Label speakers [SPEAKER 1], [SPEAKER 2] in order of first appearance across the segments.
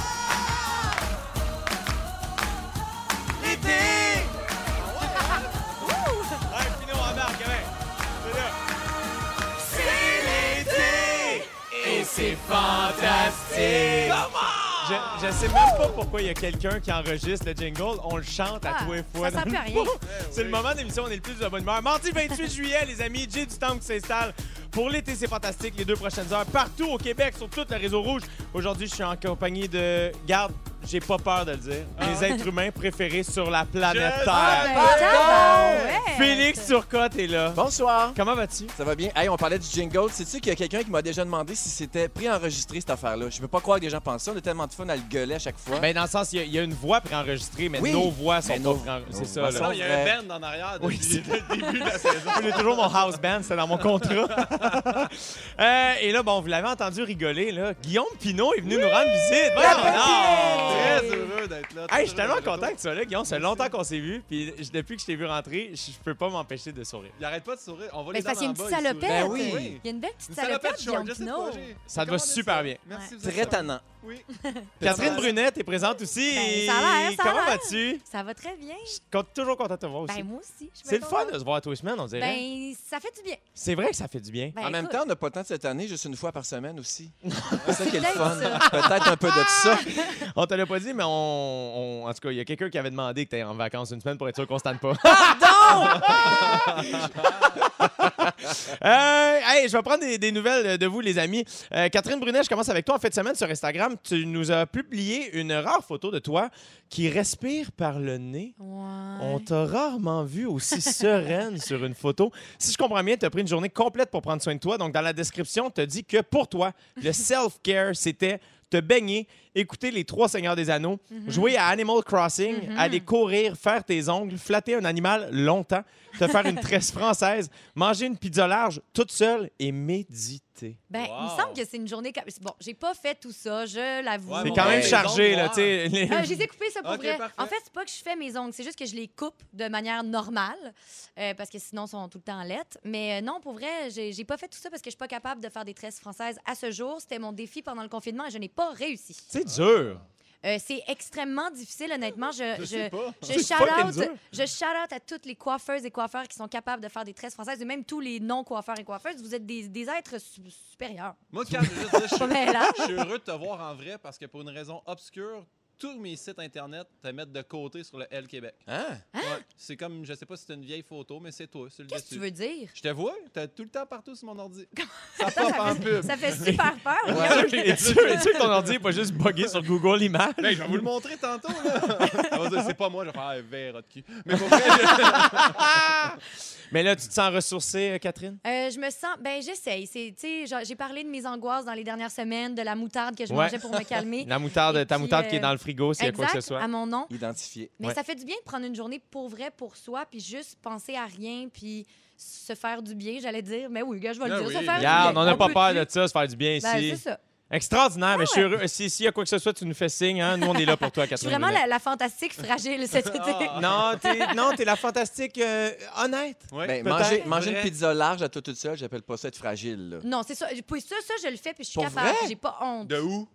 [SPEAKER 1] Ah
[SPEAKER 2] C'est fantastique!
[SPEAKER 1] Je, je sais même pas pourquoi il y a quelqu'un qui enregistre le jingle. On le chante à
[SPEAKER 3] Ah,
[SPEAKER 1] tous les
[SPEAKER 3] ça
[SPEAKER 1] fois.
[SPEAKER 3] sert
[SPEAKER 1] dans
[SPEAKER 3] plus à
[SPEAKER 1] le
[SPEAKER 3] rien.
[SPEAKER 1] pot. C'est le moment de l'émission, on est le plus de bonne humeur. Mardi 28 juillet, les amis, Jay du temps qui s'installe. Pour l'été, c'est fantastique. Les deux prochaines heures, partout au Québec, sur tout le réseau rouge. Aujourd'hui, je suis en compagnie de... Garde, j'ai pas peur de le dire. Mes êtres humains préférés sur la planète
[SPEAKER 2] Ah. Je-
[SPEAKER 3] Ah,
[SPEAKER 1] Terre.
[SPEAKER 3] ben,
[SPEAKER 2] Ah, ben.
[SPEAKER 3] tabarouette!
[SPEAKER 1] Félix Turcotte est là.
[SPEAKER 4] Bonsoir.
[SPEAKER 1] Comment vas-tu?
[SPEAKER 4] Ça va bien? Hey, on parlait du jingle. Sais-tu qu'il y a quelqu'un qui m'a déjà demandé si c'était préenregistré cette affaire-là? Je peux pas croire que les gens pensent ça. On a tellement de fun à le gueuler à chaque fois.
[SPEAKER 1] Ben, dans le sens, il y a- il y, a une voix préenregistrée, mais
[SPEAKER 4] Oui.
[SPEAKER 1] nos voix sont
[SPEAKER 4] Mais
[SPEAKER 1] pas
[SPEAKER 4] nos-
[SPEAKER 1] préenregistrées. C'est ça,
[SPEAKER 4] nos voix
[SPEAKER 1] là.
[SPEAKER 4] sont-
[SPEAKER 2] Non, il y a un band en arrière Ah, depuis
[SPEAKER 1] Oui, c'est-
[SPEAKER 2] le début de la saison.
[SPEAKER 1] J'ai toujours mon house band, c'est dans mon contrat. Euh, et là, bon, vous l'avez entendu rigoler, là. Guillaume Pinot est venu nous rendre visite. Voyons donc!
[SPEAKER 2] Très heureux d'être là.
[SPEAKER 1] Hey, je suis tellement
[SPEAKER 2] Très heureux de
[SPEAKER 1] content que
[SPEAKER 2] retour.
[SPEAKER 1] tu sois là, Guillaume. Ça fait longtemps qu'on s'est vu, puis je- depuis que je t'ai vu rentrer, je je peux pas m'empêcher de sourire.
[SPEAKER 2] Il arrête pas de sourire. On va
[SPEAKER 3] Mais
[SPEAKER 2] les
[SPEAKER 3] c'est Ben, parce qu'il y a une
[SPEAKER 2] dents
[SPEAKER 3] petite
[SPEAKER 2] en bas, il
[SPEAKER 3] salopette.
[SPEAKER 2] sourit.
[SPEAKER 4] Ben oui.
[SPEAKER 3] Il y a une belle petite
[SPEAKER 2] Une
[SPEAKER 3] salopette,
[SPEAKER 2] salopette short,
[SPEAKER 3] Guillaume
[SPEAKER 2] je sais
[SPEAKER 3] Pinot.
[SPEAKER 2] pas.
[SPEAKER 1] Ça
[SPEAKER 2] j'ai-
[SPEAKER 1] te
[SPEAKER 2] j'ai
[SPEAKER 1] va
[SPEAKER 2] commandé
[SPEAKER 1] super bien.
[SPEAKER 2] Merci, vous êtes
[SPEAKER 4] Très
[SPEAKER 2] gentil.
[SPEAKER 4] tannant.
[SPEAKER 2] Oui.
[SPEAKER 1] Catherine Brunette est présente aussi.
[SPEAKER 3] Ben, ça a l'air,
[SPEAKER 1] Et
[SPEAKER 3] ça a
[SPEAKER 1] Comment
[SPEAKER 3] l'air.
[SPEAKER 1] vas-tu?
[SPEAKER 3] Ça va très bien.
[SPEAKER 1] Je suis con- toujours content de te voir aussi.
[SPEAKER 3] Ben, moi aussi. je suis
[SPEAKER 1] C'est le
[SPEAKER 3] bien
[SPEAKER 1] fun
[SPEAKER 3] contente.
[SPEAKER 1] de se voir tous les semaines, on dirait.
[SPEAKER 3] Ben, ça fait du bien.
[SPEAKER 1] C'est vrai que ça fait du bien.
[SPEAKER 3] Ben,
[SPEAKER 4] en même
[SPEAKER 3] écoute,
[SPEAKER 4] temps, on n'a pas le temps de cette année, juste une fois par semaine aussi. C'est ça qui est le
[SPEAKER 3] peut-être
[SPEAKER 4] fun.
[SPEAKER 3] ça.
[SPEAKER 4] Peut-être un peu de ça.
[SPEAKER 1] On te l'a pas dit, mais on, on- En tout cas, il y a quelqu'un qui avait demandé que t'es en vacances une semaine pour être sûr qu'on ne pas. Euh, hey, je vais prendre des, des nouvelles de vous, les amis. Euh, Catherine Brunet, je commence avec toi. En fin de semaine, sur Instagram, tu nous as publié une rare photo de toi qui respire par le nez. On
[SPEAKER 3] Ouais.
[SPEAKER 1] t'a rarement vu aussi sereine sur une photo. Si je comprends bien, tu as pris une journée complète pour prendre soin de toi. Donc, dans la description, tu as dit que pour toi, le self-care, c'était te baigner, écouter les Trois Seigneurs des Anneaux, jouer à Animal Crossing,
[SPEAKER 3] Mhm.
[SPEAKER 1] aller courir, faire tes ongles, flatter un animal longtemps, te faire une tresse française, manger une pizza large toute seule et méditer.
[SPEAKER 3] Ben, il
[SPEAKER 2] Wow.
[SPEAKER 3] me semble que c'est une journée. comme- Bon, j'ai pas fait tout ça, je l'avoue.
[SPEAKER 2] Ouais,
[SPEAKER 1] C'est
[SPEAKER 2] bon,
[SPEAKER 1] quand même
[SPEAKER 4] ben,
[SPEAKER 1] chargé,
[SPEAKER 2] les ongles
[SPEAKER 1] là, tu sais. les-
[SPEAKER 3] Euh, je les ai coupés, ça pour
[SPEAKER 2] Ok,
[SPEAKER 3] vrai.
[SPEAKER 2] parfait.
[SPEAKER 3] En fait, c'est pas que je fais mes ongles, c'est juste que je les coupe de manière normale euh, parce que sinon, ils sont tout le temps lettres. Mais euh, non, pour vrai, j'ai j'ai pas fait tout ça parce que je suis pas capable de faire des tresses françaises à ce jour. C'était mon défi pendant le confinement et je n'ai pas réussi.
[SPEAKER 1] C'est dur.
[SPEAKER 3] Euh, c'est extrêmement difficile, honnêtement. Je,
[SPEAKER 2] Je
[SPEAKER 3] je-
[SPEAKER 2] sais pas.
[SPEAKER 3] je
[SPEAKER 1] C'est
[SPEAKER 3] shout,
[SPEAKER 1] fucking
[SPEAKER 3] out,
[SPEAKER 1] dur.
[SPEAKER 3] je shout out à toutes les coiffeuses et coiffeurs qui sont capables de faire des tresses françaises et même tous les non-coiffeurs et coiffeuses. Vous êtes des, des êtres su- supérieurs.
[SPEAKER 2] Moi, Cam, je veux juste dire, je suis-
[SPEAKER 3] Pas mal, hein?
[SPEAKER 2] je suis heureux de te voir en vrai parce que pour une raison obscure, tous mes sites internet te mettent de côté sur le L Québec.
[SPEAKER 4] Hein?
[SPEAKER 2] Ouais. C'est comme, je sais pas si c'est une vieille photo, mais c'est toi, c'est le
[SPEAKER 3] Qu'est-ce que
[SPEAKER 2] dessus.
[SPEAKER 3] tu veux dire?
[SPEAKER 2] Je te vois, t'as tout le temps partout sur mon ordi.
[SPEAKER 1] Ben,
[SPEAKER 3] Ça, ça fait, ça fait super peur. Guillaume.
[SPEAKER 1] Et tu sais que ton ordi n'est pas juste buggé sur Google Images.
[SPEAKER 2] Hey, Ben, je vais vous le montrer tantôt. Là. Elle va dire, c'est pas moi, je vais faire ah, verre de cul. Mais pour vrai, je-
[SPEAKER 1] Mais là, tu te sens ressourcée, euh, Catherine?
[SPEAKER 3] Euh, je me sens. Ben, j'essaye. C'est, tu sais, genre, j'ai parlé de mes angoisses dans les dernières semaines, de la moutarde que je
[SPEAKER 1] Ouais.
[SPEAKER 3] mangeais pour me calmer.
[SPEAKER 1] La moutarde,
[SPEAKER 3] Et
[SPEAKER 1] ta
[SPEAKER 3] puis,
[SPEAKER 1] moutarde qui est
[SPEAKER 3] euh,
[SPEAKER 1] dans le frigo, s'il y a quoi
[SPEAKER 3] exact,
[SPEAKER 1] que ce soit.
[SPEAKER 3] à mon nom.
[SPEAKER 4] Identifié.
[SPEAKER 3] Mais
[SPEAKER 1] Ouais.
[SPEAKER 3] ça fait du bien de prendre une journée pour vrai pour soi, puis juste penser à rien, puis se faire du bien, j'allais dire. Mais oui, gars, je vais
[SPEAKER 2] Ben
[SPEAKER 3] le dire.
[SPEAKER 2] oui.
[SPEAKER 3] se faire du
[SPEAKER 1] Regarde,
[SPEAKER 3] bien.
[SPEAKER 1] on n'a pas
[SPEAKER 3] peut
[SPEAKER 1] peur
[SPEAKER 3] plus.
[SPEAKER 1] de ça, se faire du bien ici.
[SPEAKER 3] Ben, c'est ça. Ah
[SPEAKER 1] Extraordinaire, mais je suis heureux. Si- S'il y a quoi que ce soit, tu nous fais signe. Hein? Nous, on est là pour toi,
[SPEAKER 3] Je suis
[SPEAKER 1] Catherine.
[SPEAKER 3] vraiment la, la fantastique fragile cet été.
[SPEAKER 2] Ah.
[SPEAKER 1] Non, t'es, non, t'es la fantastique euh, honnête.
[SPEAKER 2] Ouais.
[SPEAKER 4] Ben,
[SPEAKER 1] peut-être.
[SPEAKER 4] manger, manger
[SPEAKER 2] Vrai.
[SPEAKER 4] une pizza large à toi toute seule, j'appelle pas ça être fragile. là.
[SPEAKER 3] Non, c'est ça. Puis ça, ça, je le fais, puis je suis
[SPEAKER 4] Pour
[SPEAKER 3] capable.
[SPEAKER 4] vrai?
[SPEAKER 3] J'ai pas honte.
[SPEAKER 2] de où?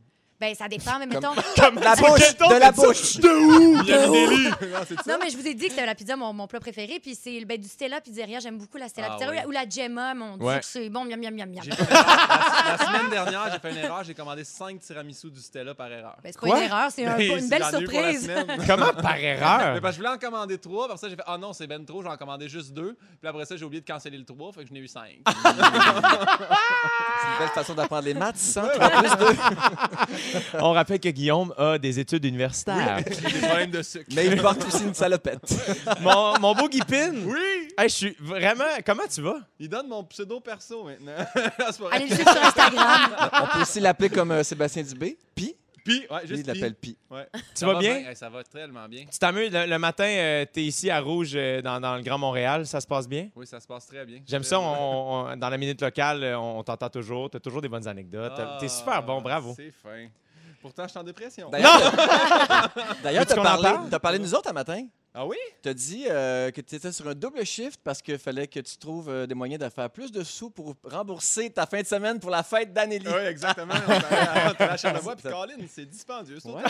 [SPEAKER 3] Ben, ça dépend, mais mettons.
[SPEAKER 4] La bouche! De la bouche!
[SPEAKER 2] Il y a une délit. Non, Ah, c'est
[SPEAKER 3] Non,
[SPEAKER 2] ça.
[SPEAKER 3] mais je vous ai dit que c'était la pizza, mon, mon plat préféré. Puis c'est ben, du Stella Pizzeria. J'aime beaucoup la Stella
[SPEAKER 2] Ah
[SPEAKER 3] Pizzeria.
[SPEAKER 2] oui.
[SPEAKER 3] Ou la Gemma, mon Dieu,
[SPEAKER 1] Ouais.
[SPEAKER 3] que c'est bon. Miam, miam, miam, miam.
[SPEAKER 2] J'ai fait une erreur. la, la semaine dernière, j'ai fait une erreur. J'ai commandé 5 tiramisu du Stella par erreur.
[SPEAKER 3] Ben, c'est
[SPEAKER 1] Quoi?
[SPEAKER 3] pas une erreur, c'est un-
[SPEAKER 2] Ben,
[SPEAKER 3] une
[SPEAKER 2] c'est
[SPEAKER 3] belle
[SPEAKER 2] l'ennui pour la
[SPEAKER 3] surprise.
[SPEAKER 2] semaine.
[SPEAKER 1] Comment par erreur?
[SPEAKER 2] Mais parce que je voulais en commander trois, parce que j'ai fait Ah non, c'est ben trop, j'en ai commandé juste deux. Puis après ça, j'ai oublié de canceller le trois, fait que j'en ai eu cinq.
[SPEAKER 4] C'est une belle façon d'apprendre les maths, sans
[SPEAKER 1] On rappelle que Guillaume a des études universitaires.
[SPEAKER 2] J'ai des problèmes de sucre.
[SPEAKER 4] Mais il porte aussi une salopette.
[SPEAKER 1] mon, mon beau Guipin.
[SPEAKER 2] Oui!
[SPEAKER 1] Hey, je suis vraiment. Comment tu vas?
[SPEAKER 2] Il donne mon pseudo perso maintenant. C'est pas vrai.
[SPEAKER 3] Allez le suivre sur Instagram.
[SPEAKER 4] On peut aussi l'appeler comme euh, Sébastien Dubé. Pi.
[SPEAKER 2] Pi, ouais,
[SPEAKER 4] Lui,
[SPEAKER 2] juste
[SPEAKER 4] il l'appelle Pi.
[SPEAKER 1] Tu vas bien?
[SPEAKER 2] Ça va tellement bien.
[SPEAKER 1] Tu t'amuses. Le, le matin, euh, t'es ici à Rouge, euh, dans, dans le Grand Montréal. Ça se passe bien?
[SPEAKER 2] Oui, ça se passe très bien.
[SPEAKER 1] J'aime ça, on- on- dans la minute locale, euh, on t'entend toujours, t'as toujours des bonnes anecdotes.
[SPEAKER 2] Ah,
[SPEAKER 1] T'es super bon, bravo.
[SPEAKER 2] C'est fin. Pourtant, je suis en dépression.
[SPEAKER 4] D'ailleurs, D'ailleurs,
[SPEAKER 1] Veux-tu
[SPEAKER 4] t'as
[SPEAKER 1] qu'on en
[SPEAKER 4] parlé,
[SPEAKER 1] parle?
[SPEAKER 4] t'as parlé de nous autres un matin.
[SPEAKER 2] Ah oui?
[SPEAKER 4] T'as dit euh, que tu étais sur un double shift parce qu'il fallait que tu trouves euh, des moyens de faire plus de sous pour rembourser ta fin de semaine pour la fête d'Anélie.
[SPEAKER 1] Euh,
[SPEAKER 2] Oui, exactement. On est allé à la Charlevoix, puis
[SPEAKER 4] Ça-
[SPEAKER 2] Colin, c'est dispendieux. ça.
[SPEAKER 4] Ouais.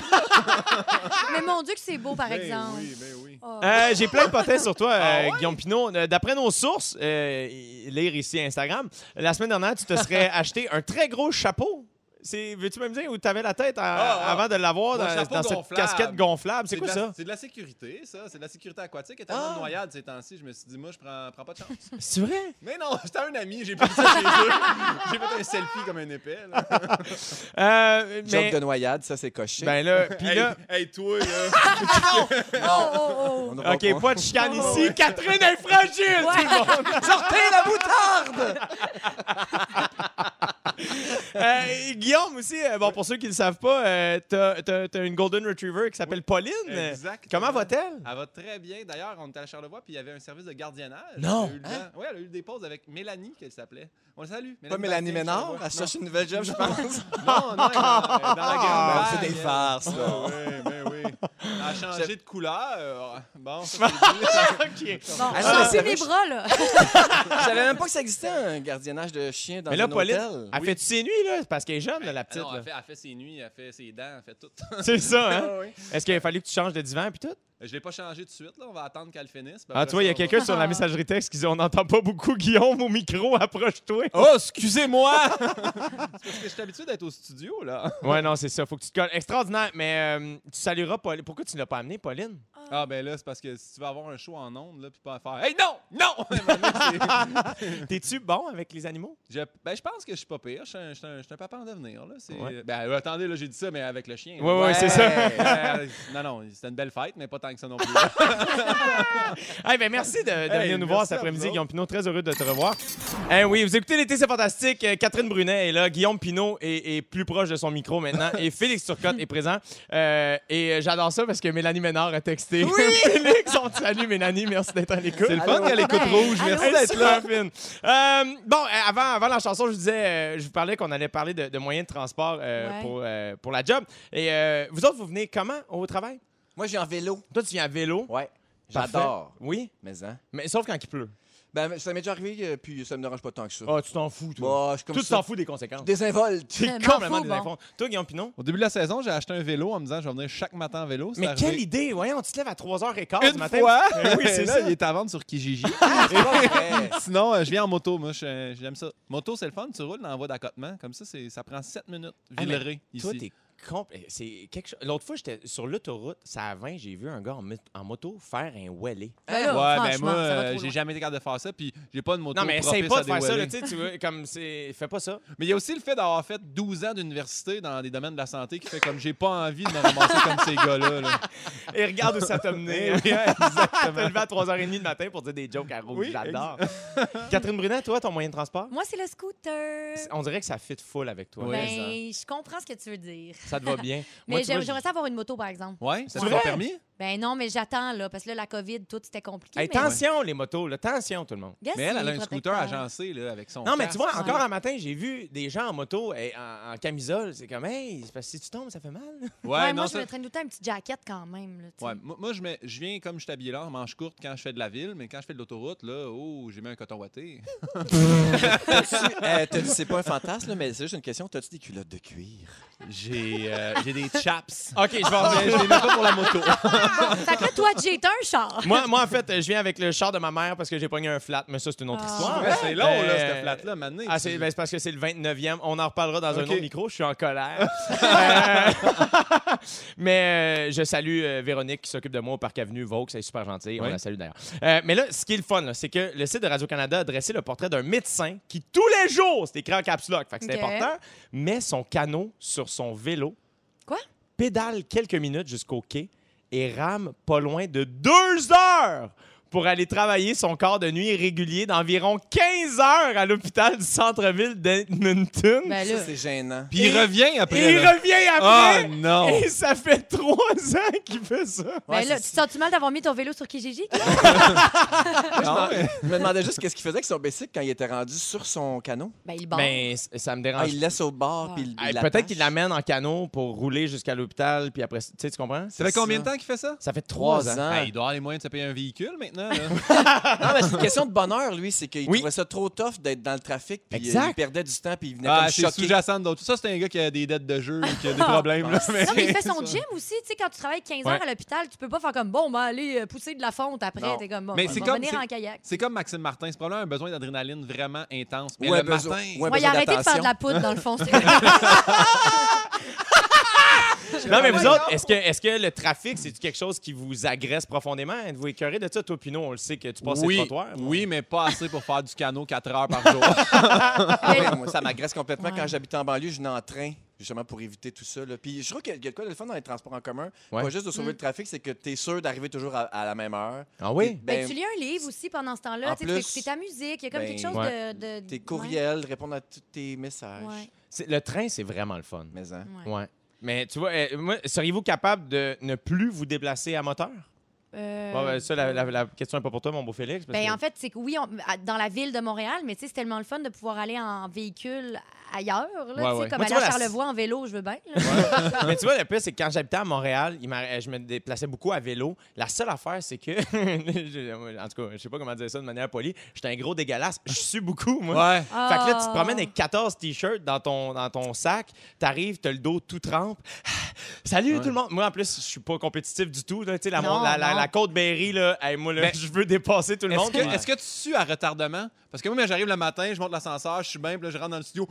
[SPEAKER 3] Mais mon Dieu, que c'est beau, par
[SPEAKER 2] Ben
[SPEAKER 3] exemple.
[SPEAKER 2] Oui, ben oui.
[SPEAKER 3] Oh.
[SPEAKER 1] Euh, J'ai plein de potins sur toi,
[SPEAKER 2] Ah
[SPEAKER 1] euh,
[SPEAKER 2] ouais?
[SPEAKER 1] Guillaume Pinot. Euh, D'après nos sources, euh, lire ici Instagram, la semaine dernière, tu te serais acheté un très gros chapeau C'est, veux-tu même dire où t'avais la tête à-
[SPEAKER 2] Ah, ah.
[SPEAKER 1] avant de l'avoir
[SPEAKER 2] Mon
[SPEAKER 1] dans,
[SPEAKER 2] chapeau
[SPEAKER 1] dans cette
[SPEAKER 2] gonflable.
[SPEAKER 1] casquette gonflable? C'est, quoi
[SPEAKER 2] de la-
[SPEAKER 1] ça?
[SPEAKER 2] C'est de la sécurité, ça. C'est de la sécurité aquatique. Et tellement
[SPEAKER 4] Ah.
[SPEAKER 2] de noyade ces temps-ci, je me suis dit, moi, je prends, prends pas de chance.
[SPEAKER 1] C'est vrai?
[SPEAKER 2] Mais non, j'étais un ami, j'ai pris ça chez eux. J'ai fait un selfie comme un épais. Là.
[SPEAKER 1] Euh, mais,
[SPEAKER 4] Joke de noyade, ça, c'est coché.
[SPEAKER 1] ben là, puis
[SPEAKER 2] hey,
[SPEAKER 1] là...
[SPEAKER 2] hey, toi, là.
[SPEAKER 3] Oh, oh,
[SPEAKER 4] On
[SPEAKER 3] oh.
[SPEAKER 4] ne voit
[SPEAKER 1] OK,
[SPEAKER 4] pas.
[SPEAKER 1] pas de chicane ici. Catherine est fragile!
[SPEAKER 3] Ouais.
[SPEAKER 2] Ah,
[SPEAKER 4] Sortez la moutarde!
[SPEAKER 1] Euh, Guillaume aussi, euh, bon, pour ceux qui ne le savent pas, euh, t'as, t'as- t'as une Golden Retriever qui s'appelle Pauline.
[SPEAKER 2] Exact.
[SPEAKER 1] Comment va-t-elle?
[SPEAKER 2] Elle va très bien. D'ailleurs, on était à Charlevoix, puis il y avait un service de gardiennage.
[SPEAKER 1] Non.
[SPEAKER 2] Elle a eu le temps- ouais, elle a eu des pauses avec Mélanie, qu'elle s'appelait. On le salue.
[SPEAKER 4] hein? Pas Mélanie
[SPEAKER 2] Bastien,
[SPEAKER 4] Ménard,
[SPEAKER 2] Charlevoix.
[SPEAKER 4] elle cherche une nouvelle job, je
[SPEAKER 2] Non,
[SPEAKER 4] pense.
[SPEAKER 2] non, non, elle est dans la grande
[SPEAKER 4] Ah,
[SPEAKER 2] vague,
[SPEAKER 4] c'est des
[SPEAKER 2] elle.
[SPEAKER 4] farces,
[SPEAKER 2] Ah,
[SPEAKER 4] là.
[SPEAKER 2] oui, ben oui. Elle a changé
[SPEAKER 4] Je-
[SPEAKER 2] de couleur. euh, bon, ça, c'est dit.
[SPEAKER 1] OK.
[SPEAKER 3] Bon,
[SPEAKER 4] Ah,
[SPEAKER 3] je
[SPEAKER 4] non,
[SPEAKER 3] suis
[SPEAKER 4] c'est
[SPEAKER 3] sur mes
[SPEAKER 4] riche.
[SPEAKER 3] bras, là.
[SPEAKER 2] Hein?
[SPEAKER 4] Je savais même pas que ça existait, un gardiennage de chiens dans
[SPEAKER 1] Mais là,
[SPEAKER 4] un
[SPEAKER 1] Pauline,
[SPEAKER 4] hôtel.
[SPEAKER 1] elle fait-tu ses nuits, là? C'est Parce qu'elle est jeune, là, la
[SPEAKER 2] Ah
[SPEAKER 1] petite.
[SPEAKER 2] non,
[SPEAKER 1] là.
[SPEAKER 2] elle, fait, elle fait ses nuits, elle fait ses dents, elle fait tout.
[SPEAKER 1] C'est ça, hein?
[SPEAKER 2] Ah oui.
[SPEAKER 1] Est-ce qu'il a fallu que tu changes de divan puis tout?
[SPEAKER 2] Je l'ai pas changé de suite, là. On va attendre qu'elle finisse. puis
[SPEAKER 1] Ah,
[SPEAKER 2] après
[SPEAKER 1] tu vois, il y a
[SPEAKER 2] ça, on va-
[SPEAKER 1] quelqu'un sur la messagerie texte qui dit On n'entend pas beaucoup Guillaume au micro, approche-toi.
[SPEAKER 4] Oh, excusez-moi!
[SPEAKER 2] Parce que je suis habitué d'être au studio, là.
[SPEAKER 1] Ouais, non, c'est ça, faut que tu te colles. Extraordinaire, mais euh, tu salueras Pauline. Pourquoi tu ne l'as pas amené, Pauline
[SPEAKER 2] Ah, ben là, c'est parce que si tu veux avoir un show en ondes, là, puis pas faire. Hey, non! Non! À un moment donné, c'est-
[SPEAKER 1] T'es-tu bon avec les animaux
[SPEAKER 2] Je, ben, je pense que je suis pas pire. Je suis un, je suis un- je suis un papa en devenir. Là. C'est-
[SPEAKER 1] Ouais.
[SPEAKER 2] Ben, euh, attendez, là, j'ai dit ça, mais avec le chien.
[SPEAKER 1] Ouais, ouais, c'est ça.
[SPEAKER 2] Euh, non, non, c'était une belle fête, mais pas tant que ça non plus.
[SPEAKER 1] Eh ben merci de, de
[SPEAKER 2] Hey,
[SPEAKER 1] venir nous
[SPEAKER 2] merci
[SPEAKER 1] voir cet
[SPEAKER 2] à vous
[SPEAKER 1] après-midi,
[SPEAKER 2] autres.
[SPEAKER 1] Guillaume Pinot. Très heureux de te revoir. Eh oui, vous écoutez l'été, c'est fantastique. Euh, Catherine Brunet est là, Guillaume Pinot est, est plus proche de son micro maintenant et Félix Turcotte est présent. Euh, et j'adore ça parce que Mélanie Ménard a texté. Oui! Félix, on te salue, Mélanie. Merci d'être à l'écoute.
[SPEAKER 2] C'est le fun
[SPEAKER 4] Allô?
[SPEAKER 2] qu'elle écoute
[SPEAKER 3] Ben,
[SPEAKER 2] rouge.
[SPEAKER 3] allô?
[SPEAKER 2] Merci
[SPEAKER 1] Elle est
[SPEAKER 2] d'être là.
[SPEAKER 1] super fine. Euh, bon, euh, avant, avant la chanson, je vous disais, euh, je vous parlais qu'on allait parler de, de moyens de transport euh,
[SPEAKER 3] Ouais.
[SPEAKER 1] pour, euh, pour la job. Et euh, vous autres, vous venez comment au travail?
[SPEAKER 4] Moi, j'ai en vélo.
[SPEAKER 1] Toi, tu viens à vélo.
[SPEAKER 4] Ouais,
[SPEAKER 1] Parfait.
[SPEAKER 4] j'adore.
[SPEAKER 1] Oui,
[SPEAKER 4] Mais hein.
[SPEAKER 1] mais sauf quand il pleut.
[SPEAKER 4] Ben, ça m'est déjà arrivé, euh, puis ça me dérange pas tant que ça.
[SPEAKER 1] Ah, tu t'en fous, toi.
[SPEAKER 4] Bah, je suis comme
[SPEAKER 1] Tout
[SPEAKER 4] ça.
[SPEAKER 1] s'en fout des conséquences.
[SPEAKER 4] Désinvolte.
[SPEAKER 1] T'es
[SPEAKER 3] Mais m'en
[SPEAKER 1] complètement
[SPEAKER 3] fous, bon.
[SPEAKER 1] désinformé. Toi, Guillaume Pinon.
[SPEAKER 2] Au début de la saison, j'ai acheté un vélo en me disant je vais venir chaque matin en vélo. C'est
[SPEAKER 1] Mais
[SPEAKER 2] arrivé
[SPEAKER 1] quelle idée! Voyons, tu te lèves à 3h15
[SPEAKER 2] Une
[SPEAKER 1] du matin.
[SPEAKER 2] fois,
[SPEAKER 1] Ben oui,
[SPEAKER 2] Et
[SPEAKER 1] c'est
[SPEAKER 2] là,
[SPEAKER 1] ça.
[SPEAKER 2] il est à vendre sur Kijiji.
[SPEAKER 4] C'est pas vrai.
[SPEAKER 2] Sinon, euh, je viens en moto. Moi, je- euh, j'aime ça. Moto, c'est le fun. Tu roules dans la voie d'accotement. Comme ça, c'est- ça prend 7 minutes.
[SPEAKER 1] Ah, mais
[SPEAKER 2] Villeray,
[SPEAKER 1] Toi,
[SPEAKER 2] ici.
[SPEAKER 1] t'es compl- C'est quelque chose. L'autre fois, j'étais sur l'autoroute, ça à 20, j'ai vu un gars en, mot- en moto faire un wellé.
[SPEAKER 3] Ben là,
[SPEAKER 2] Ouais, ben
[SPEAKER 3] franchement,
[SPEAKER 2] moi,
[SPEAKER 3] ça va
[SPEAKER 2] euh,
[SPEAKER 3] trop
[SPEAKER 2] j'ai
[SPEAKER 3] loin.
[SPEAKER 2] jamais été capable de faire ça. Puis j'ai pas de moto.
[SPEAKER 1] Non, mais essaye
[SPEAKER 2] propice
[SPEAKER 1] pas
[SPEAKER 2] à
[SPEAKER 1] de faire ça, là,
[SPEAKER 2] déweiler.
[SPEAKER 1] tu sais, tu veux, comme c'est. Fais pas ça.
[SPEAKER 2] Mais il y a aussi le fait d'avoir fait 12 ans d'université dans des domaines de la santé qui fait comme j'ai pas envie de me ramasser comme ces gars-là. là. Eh
[SPEAKER 1] Et regarde où ça t'a mené. hein. T'as levé à 3h30 le matin pour dire des jokes à rouge.
[SPEAKER 2] Oui,
[SPEAKER 1] J'adore. Catherine Brunet, toi, ton moyen de transport?
[SPEAKER 3] Moi, c'est le scooter.
[SPEAKER 1] On dirait que ça fit full avec toi.
[SPEAKER 2] Ouais.
[SPEAKER 3] Ben,
[SPEAKER 2] ça.
[SPEAKER 3] je comprends ce que tu veux dire.
[SPEAKER 1] Ça te va bien. Moi,
[SPEAKER 3] Mais
[SPEAKER 1] tu vois,
[SPEAKER 3] j'aime- j'aimerais ça avoir une moto, par exemple.
[SPEAKER 2] Ouais,
[SPEAKER 1] C'est
[SPEAKER 2] ça te
[SPEAKER 1] vrai?
[SPEAKER 2] pas permis?
[SPEAKER 3] Ben non, mais j'attends, là, parce que là, la COVID, tout, c'était compliqué.
[SPEAKER 1] Hey,
[SPEAKER 3] mais-
[SPEAKER 1] attention, les motos, là, attention, tout le monde.
[SPEAKER 3] Guess
[SPEAKER 2] Mais elle,
[SPEAKER 3] il
[SPEAKER 2] elle a
[SPEAKER 3] est
[SPEAKER 2] un scooter
[SPEAKER 3] protecteur.
[SPEAKER 2] agencé là, avec son.
[SPEAKER 1] Non, mais tu vois,
[SPEAKER 2] casque. hein.
[SPEAKER 1] encore un matin, j'ai vu des gens en moto et en, en camisole. C'est comme, hey, c'est parce que si tu tombes, ça fait mal.
[SPEAKER 2] Ouais,
[SPEAKER 3] Ouais,
[SPEAKER 2] non,
[SPEAKER 3] moi,
[SPEAKER 2] ça-
[SPEAKER 3] je me traîne tout le temps une petite jaquette quand même. Là, tu sais.
[SPEAKER 2] Ouais, moi, moi, je, mets- je viens comme je suis habillé là, en manche courte quand je fais de la ville, mais quand je fais de l'autoroute, là, oh, j'ai mis un coton watté.
[SPEAKER 4] Euh, t'as- c'est pas un fantasme, là, mais c'est juste une question. T'as-tu des culottes de cuir?
[SPEAKER 2] J'ai euh, j'ai des chaps.
[SPEAKER 1] OK, je vais
[SPEAKER 2] Ah, mais je les mets pas pour la moto.
[SPEAKER 3] Fait que là, toi, j'ai un char.
[SPEAKER 1] moi, moi, en fait, je viens avec le char de ma mère parce que j'ai pogné un flat, mais ça, c'est une autre
[SPEAKER 3] Ah.
[SPEAKER 1] histoire.
[SPEAKER 2] Ouais, c'est long, là,
[SPEAKER 1] Euh,
[SPEAKER 2] cette flat-là, maintenant.
[SPEAKER 1] Ah, c'est ben, c'est parce que c'est le 29e. On en reparlera dans un
[SPEAKER 2] Ok.
[SPEAKER 1] autre micro. Je suis en colère. Euh, mais euh, je salue euh, Véronique qui s'occupe de moi au Parc Avenue Vaux. C'est super gentil. On
[SPEAKER 2] Oui.
[SPEAKER 1] la salue d'ailleurs. Euh, mais là, ce qui est le fun, là, c'est que le site de Radio-Canada a dressé le portrait d'un médecin qui, tous les jours, c'est écrit en caps lock, fait que c'est
[SPEAKER 3] Ok.
[SPEAKER 1] important, met son canot sur son vélo.
[SPEAKER 3] Quoi?
[SPEAKER 1] Pédale quelques minutes jusqu'au quai et rame pas loin de deux heures pour aller travailler son corps de nuit régulier d'environ 15 heures à l'hôpital du centre-ville d'Edmonton.
[SPEAKER 3] Ben
[SPEAKER 4] Ça,
[SPEAKER 3] là,
[SPEAKER 4] c'est gênant.
[SPEAKER 2] Puis il
[SPEAKER 1] Et-
[SPEAKER 2] revient
[SPEAKER 1] et
[SPEAKER 2] après.
[SPEAKER 1] il
[SPEAKER 2] là.
[SPEAKER 1] revient
[SPEAKER 2] Ah,
[SPEAKER 1] après!
[SPEAKER 2] non!
[SPEAKER 1] Et ça fait trois ans qu'il fait ça.
[SPEAKER 3] ben
[SPEAKER 4] Ouais,
[SPEAKER 3] là
[SPEAKER 4] c'est-
[SPEAKER 3] tu te sens-tu mal d'avoir mis ton vélo sur Kijiji?
[SPEAKER 2] Non, mais-
[SPEAKER 4] Je me demandais juste qu'est-ce qu'il faisait avec son bicycle quand il était rendu sur son canot.
[SPEAKER 3] ben, il barre.
[SPEAKER 1] Ben, c- ça me
[SPEAKER 4] Ah,
[SPEAKER 1] dérange.
[SPEAKER 4] il le laisse au bord,
[SPEAKER 3] Ah.
[SPEAKER 4] puis il,
[SPEAKER 1] Ah,
[SPEAKER 4] il
[SPEAKER 1] Peut-être
[SPEAKER 4] l'attache.
[SPEAKER 1] qu'il l'amène en canot pour rouler jusqu'à l'hôpital, puis après, tu sais, tu comprends?
[SPEAKER 2] Ça fait combien de
[SPEAKER 4] ça.
[SPEAKER 2] temps qu'il fait ça?
[SPEAKER 1] Ça fait trois
[SPEAKER 4] Trois
[SPEAKER 1] ans.
[SPEAKER 4] ans.
[SPEAKER 2] Ah, il doit avoir les moyens de se payer un véhicule maintenant. là. là.
[SPEAKER 4] Non, mais c'est une question de bonheur, lui. C'est qu'il
[SPEAKER 1] Oui.
[SPEAKER 4] trouvait ça trop tough d'être dans le trafic. Puis
[SPEAKER 1] Exact.
[SPEAKER 4] euh, il perdait du temps. Puis il venait
[SPEAKER 2] Ah,
[SPEAKER 4] comme
[SPEAKER 2] c'est
[SPEAKER 4] choqué.
[SPEAKER 2] sous-jacent d'autres. Tout ça, c'est un gars qui a des dettes de jeu et qui a des problèmes. là, mais...
[SPEAKER 3] Non, mais il fait son gym aussi. Tu sais, quand tu travailles 15 heures
[SPEAKER 1] Ouais.
[SPEAKER 3] à l'hôpital, tu peux pas faire comme bon, ben, aller euh, pousser de la fonte après.
[SPEAKER 4] Non.
[SPEAKER 3] T'es comme bon,
[SPEAKER 2] Mais
[SPEAKER 3] ben,
[SPEAKER 2] c'est
[SPEAKER 3] on va
[SPEAKER 2] comme-
[SPEAKER 3] venir en kayak.
[SPEAKER 2] C'est comme Maxime Martin. C'est probablement un besoin d'adrénaline vraiment intense. Mais
[SPEAKER 4] Ouais,
[SPEAKER 2] le
[SPEAKER 4] besoin-
[SPEAKER 2] matin,
[SPEAKER 4] ouais,
[SPEAKER 3] Moi, il a
[SPEAKER 4] besoin
[SPEAKER 3] arrêté de faire de la
[SPEAKER 4] d'attention.
[SPEAKER 3] poudre, dans le fond. c'est-
[SPEAKER 1] Non, mais vous autres, est-ce que, est que le trafic, c'est quelque chose qui vous agresse profondément? Êtes-vous écœuré de ça? Toi, Pino, on le sait que tu passes les
[SPEAKER 2] oui,
[SPEAKER 1] trottoirs.
[SPEAKER 2] oui, mais pas assez pour faire du canot 4 heures par jour.
[SPEAKER 4] Ah ouais, moi, ça m'agresse complètement.
[SPEAKER 3] Ouais.
[SPEAKER 4] Quand j'habitais en banlieue, je venais en train, justement, pour éviter tout ça. là. Puis je trouve qu'il y a de quoi de le fun dans les transports en commun.
[SPEAKER 1] Ouais.
[SPEAKER 4] Pas juste de sauver
[SPEAKER 3] Mm.
[SPEAKER 4] le trafic, c'est que tu es sûr d'arriver toujours à, à la même heure.
[SPEAKER 1] Ah
[SPEAKER 4] oui?
[SPEAKER 3] Ben,
[SPEAKER 4] Ben,
[SPEAKER 3] tu lis un livre aussi pendant ce
[SPEAKER 4] en
[SPEAKER 3] temps-là. Tu sais, tu fais
[SPEAKER 4] plus,
[SPEAKER 3] écouter ta musique. Il y a comme
[SPEAKER 4] ben,
[SPEAKER 3] quelque chose
[SPEAKER 1] ouais.
[SPEAKER 3] de, de.
[SPEAKER 4] Tes
[SPEAKER 3] ouais.
[SPEAKER 4] courriels, répondre à tous tes messages.
[SPEAKER 3] Ouais, Mm.
[SPEAKER 1] C'est- Le train, c'est vraiment le fun.
[SPEAKER 4] Mais hein.
[SPEAKER 3] ouais.
[SPEAKER 1] Ouais. Mais tu vois, euh, moi, seriez-vous capable de ne plus vous déplacer à moteur?
[SPEAKER 3] Euh,
[SPEAKER 1] Bon, ben, ça, la, la- la question n'est pas pour toi, mon beau Félix. parce
[SPEAKER 3] Ben,
[SPEAKER 1] que-
[SPEAKER 3] en fait, c'est que oui, on- à- dans la ville de Montréal, mais tu sais, c'est tellement le fun de pouvoir aller en véhicule ailleurs. Là, tu sais,
[SPEAKER 2] Ouais, ouais.
[SPEAKER 3] Comme
[SPEAKER 1] Moi, tu
[SPEAKER 3] aller à
[SPEAKER 1] vois, la-
[SPEAKER 3] Charlevoix en vélo, je veux bien. là.
[SPEAKER 1] Mais tu vois, le pire, c'est que quand j'habitais à Montréal, il m'a- euh, je me déplaçais beaucoup à vélo. La seule affaire, c'est que. je- en tout cas, je sais pas comment dire ça de manière polie. J'étais un gros dégueulasse. Je sue beaucoup, moi.
[SPEAKER 2] ouais.
[SPEAKER 1] Fait que là, tu te
[SPEAKER 3] Ah.
[SPEAKER 1] promènes avec 14 t-shirts dans ton, dans ton sac. T'arrives, t'as le dos tout trempe. Salut tout le monde! Moi, en plus, je suis pas compétitif du tout. là. Tu sais, la,
[SPEAKER 3] Non,
[SPEAKER 1] la, la,
[SPEAKER 3] non.
[SPEAKER 1] la côte Berry, là, hey, moi, là,
[SPEAKER 2] Mais-
[SPEAKER 1] je veux dépasser tout le
[SPEAKER 2] Est-ce
[SPEAKER 1] monde.
[SPEAKER 2] que,
[SPEAKER 1] Ouais.
[SPEAKER 2] est-ce que tu sues à retardement? Parce que moi, quand j'arrive le matin, je monte l'ascenseur, je suis bien, puis là, je rentre dans le studio.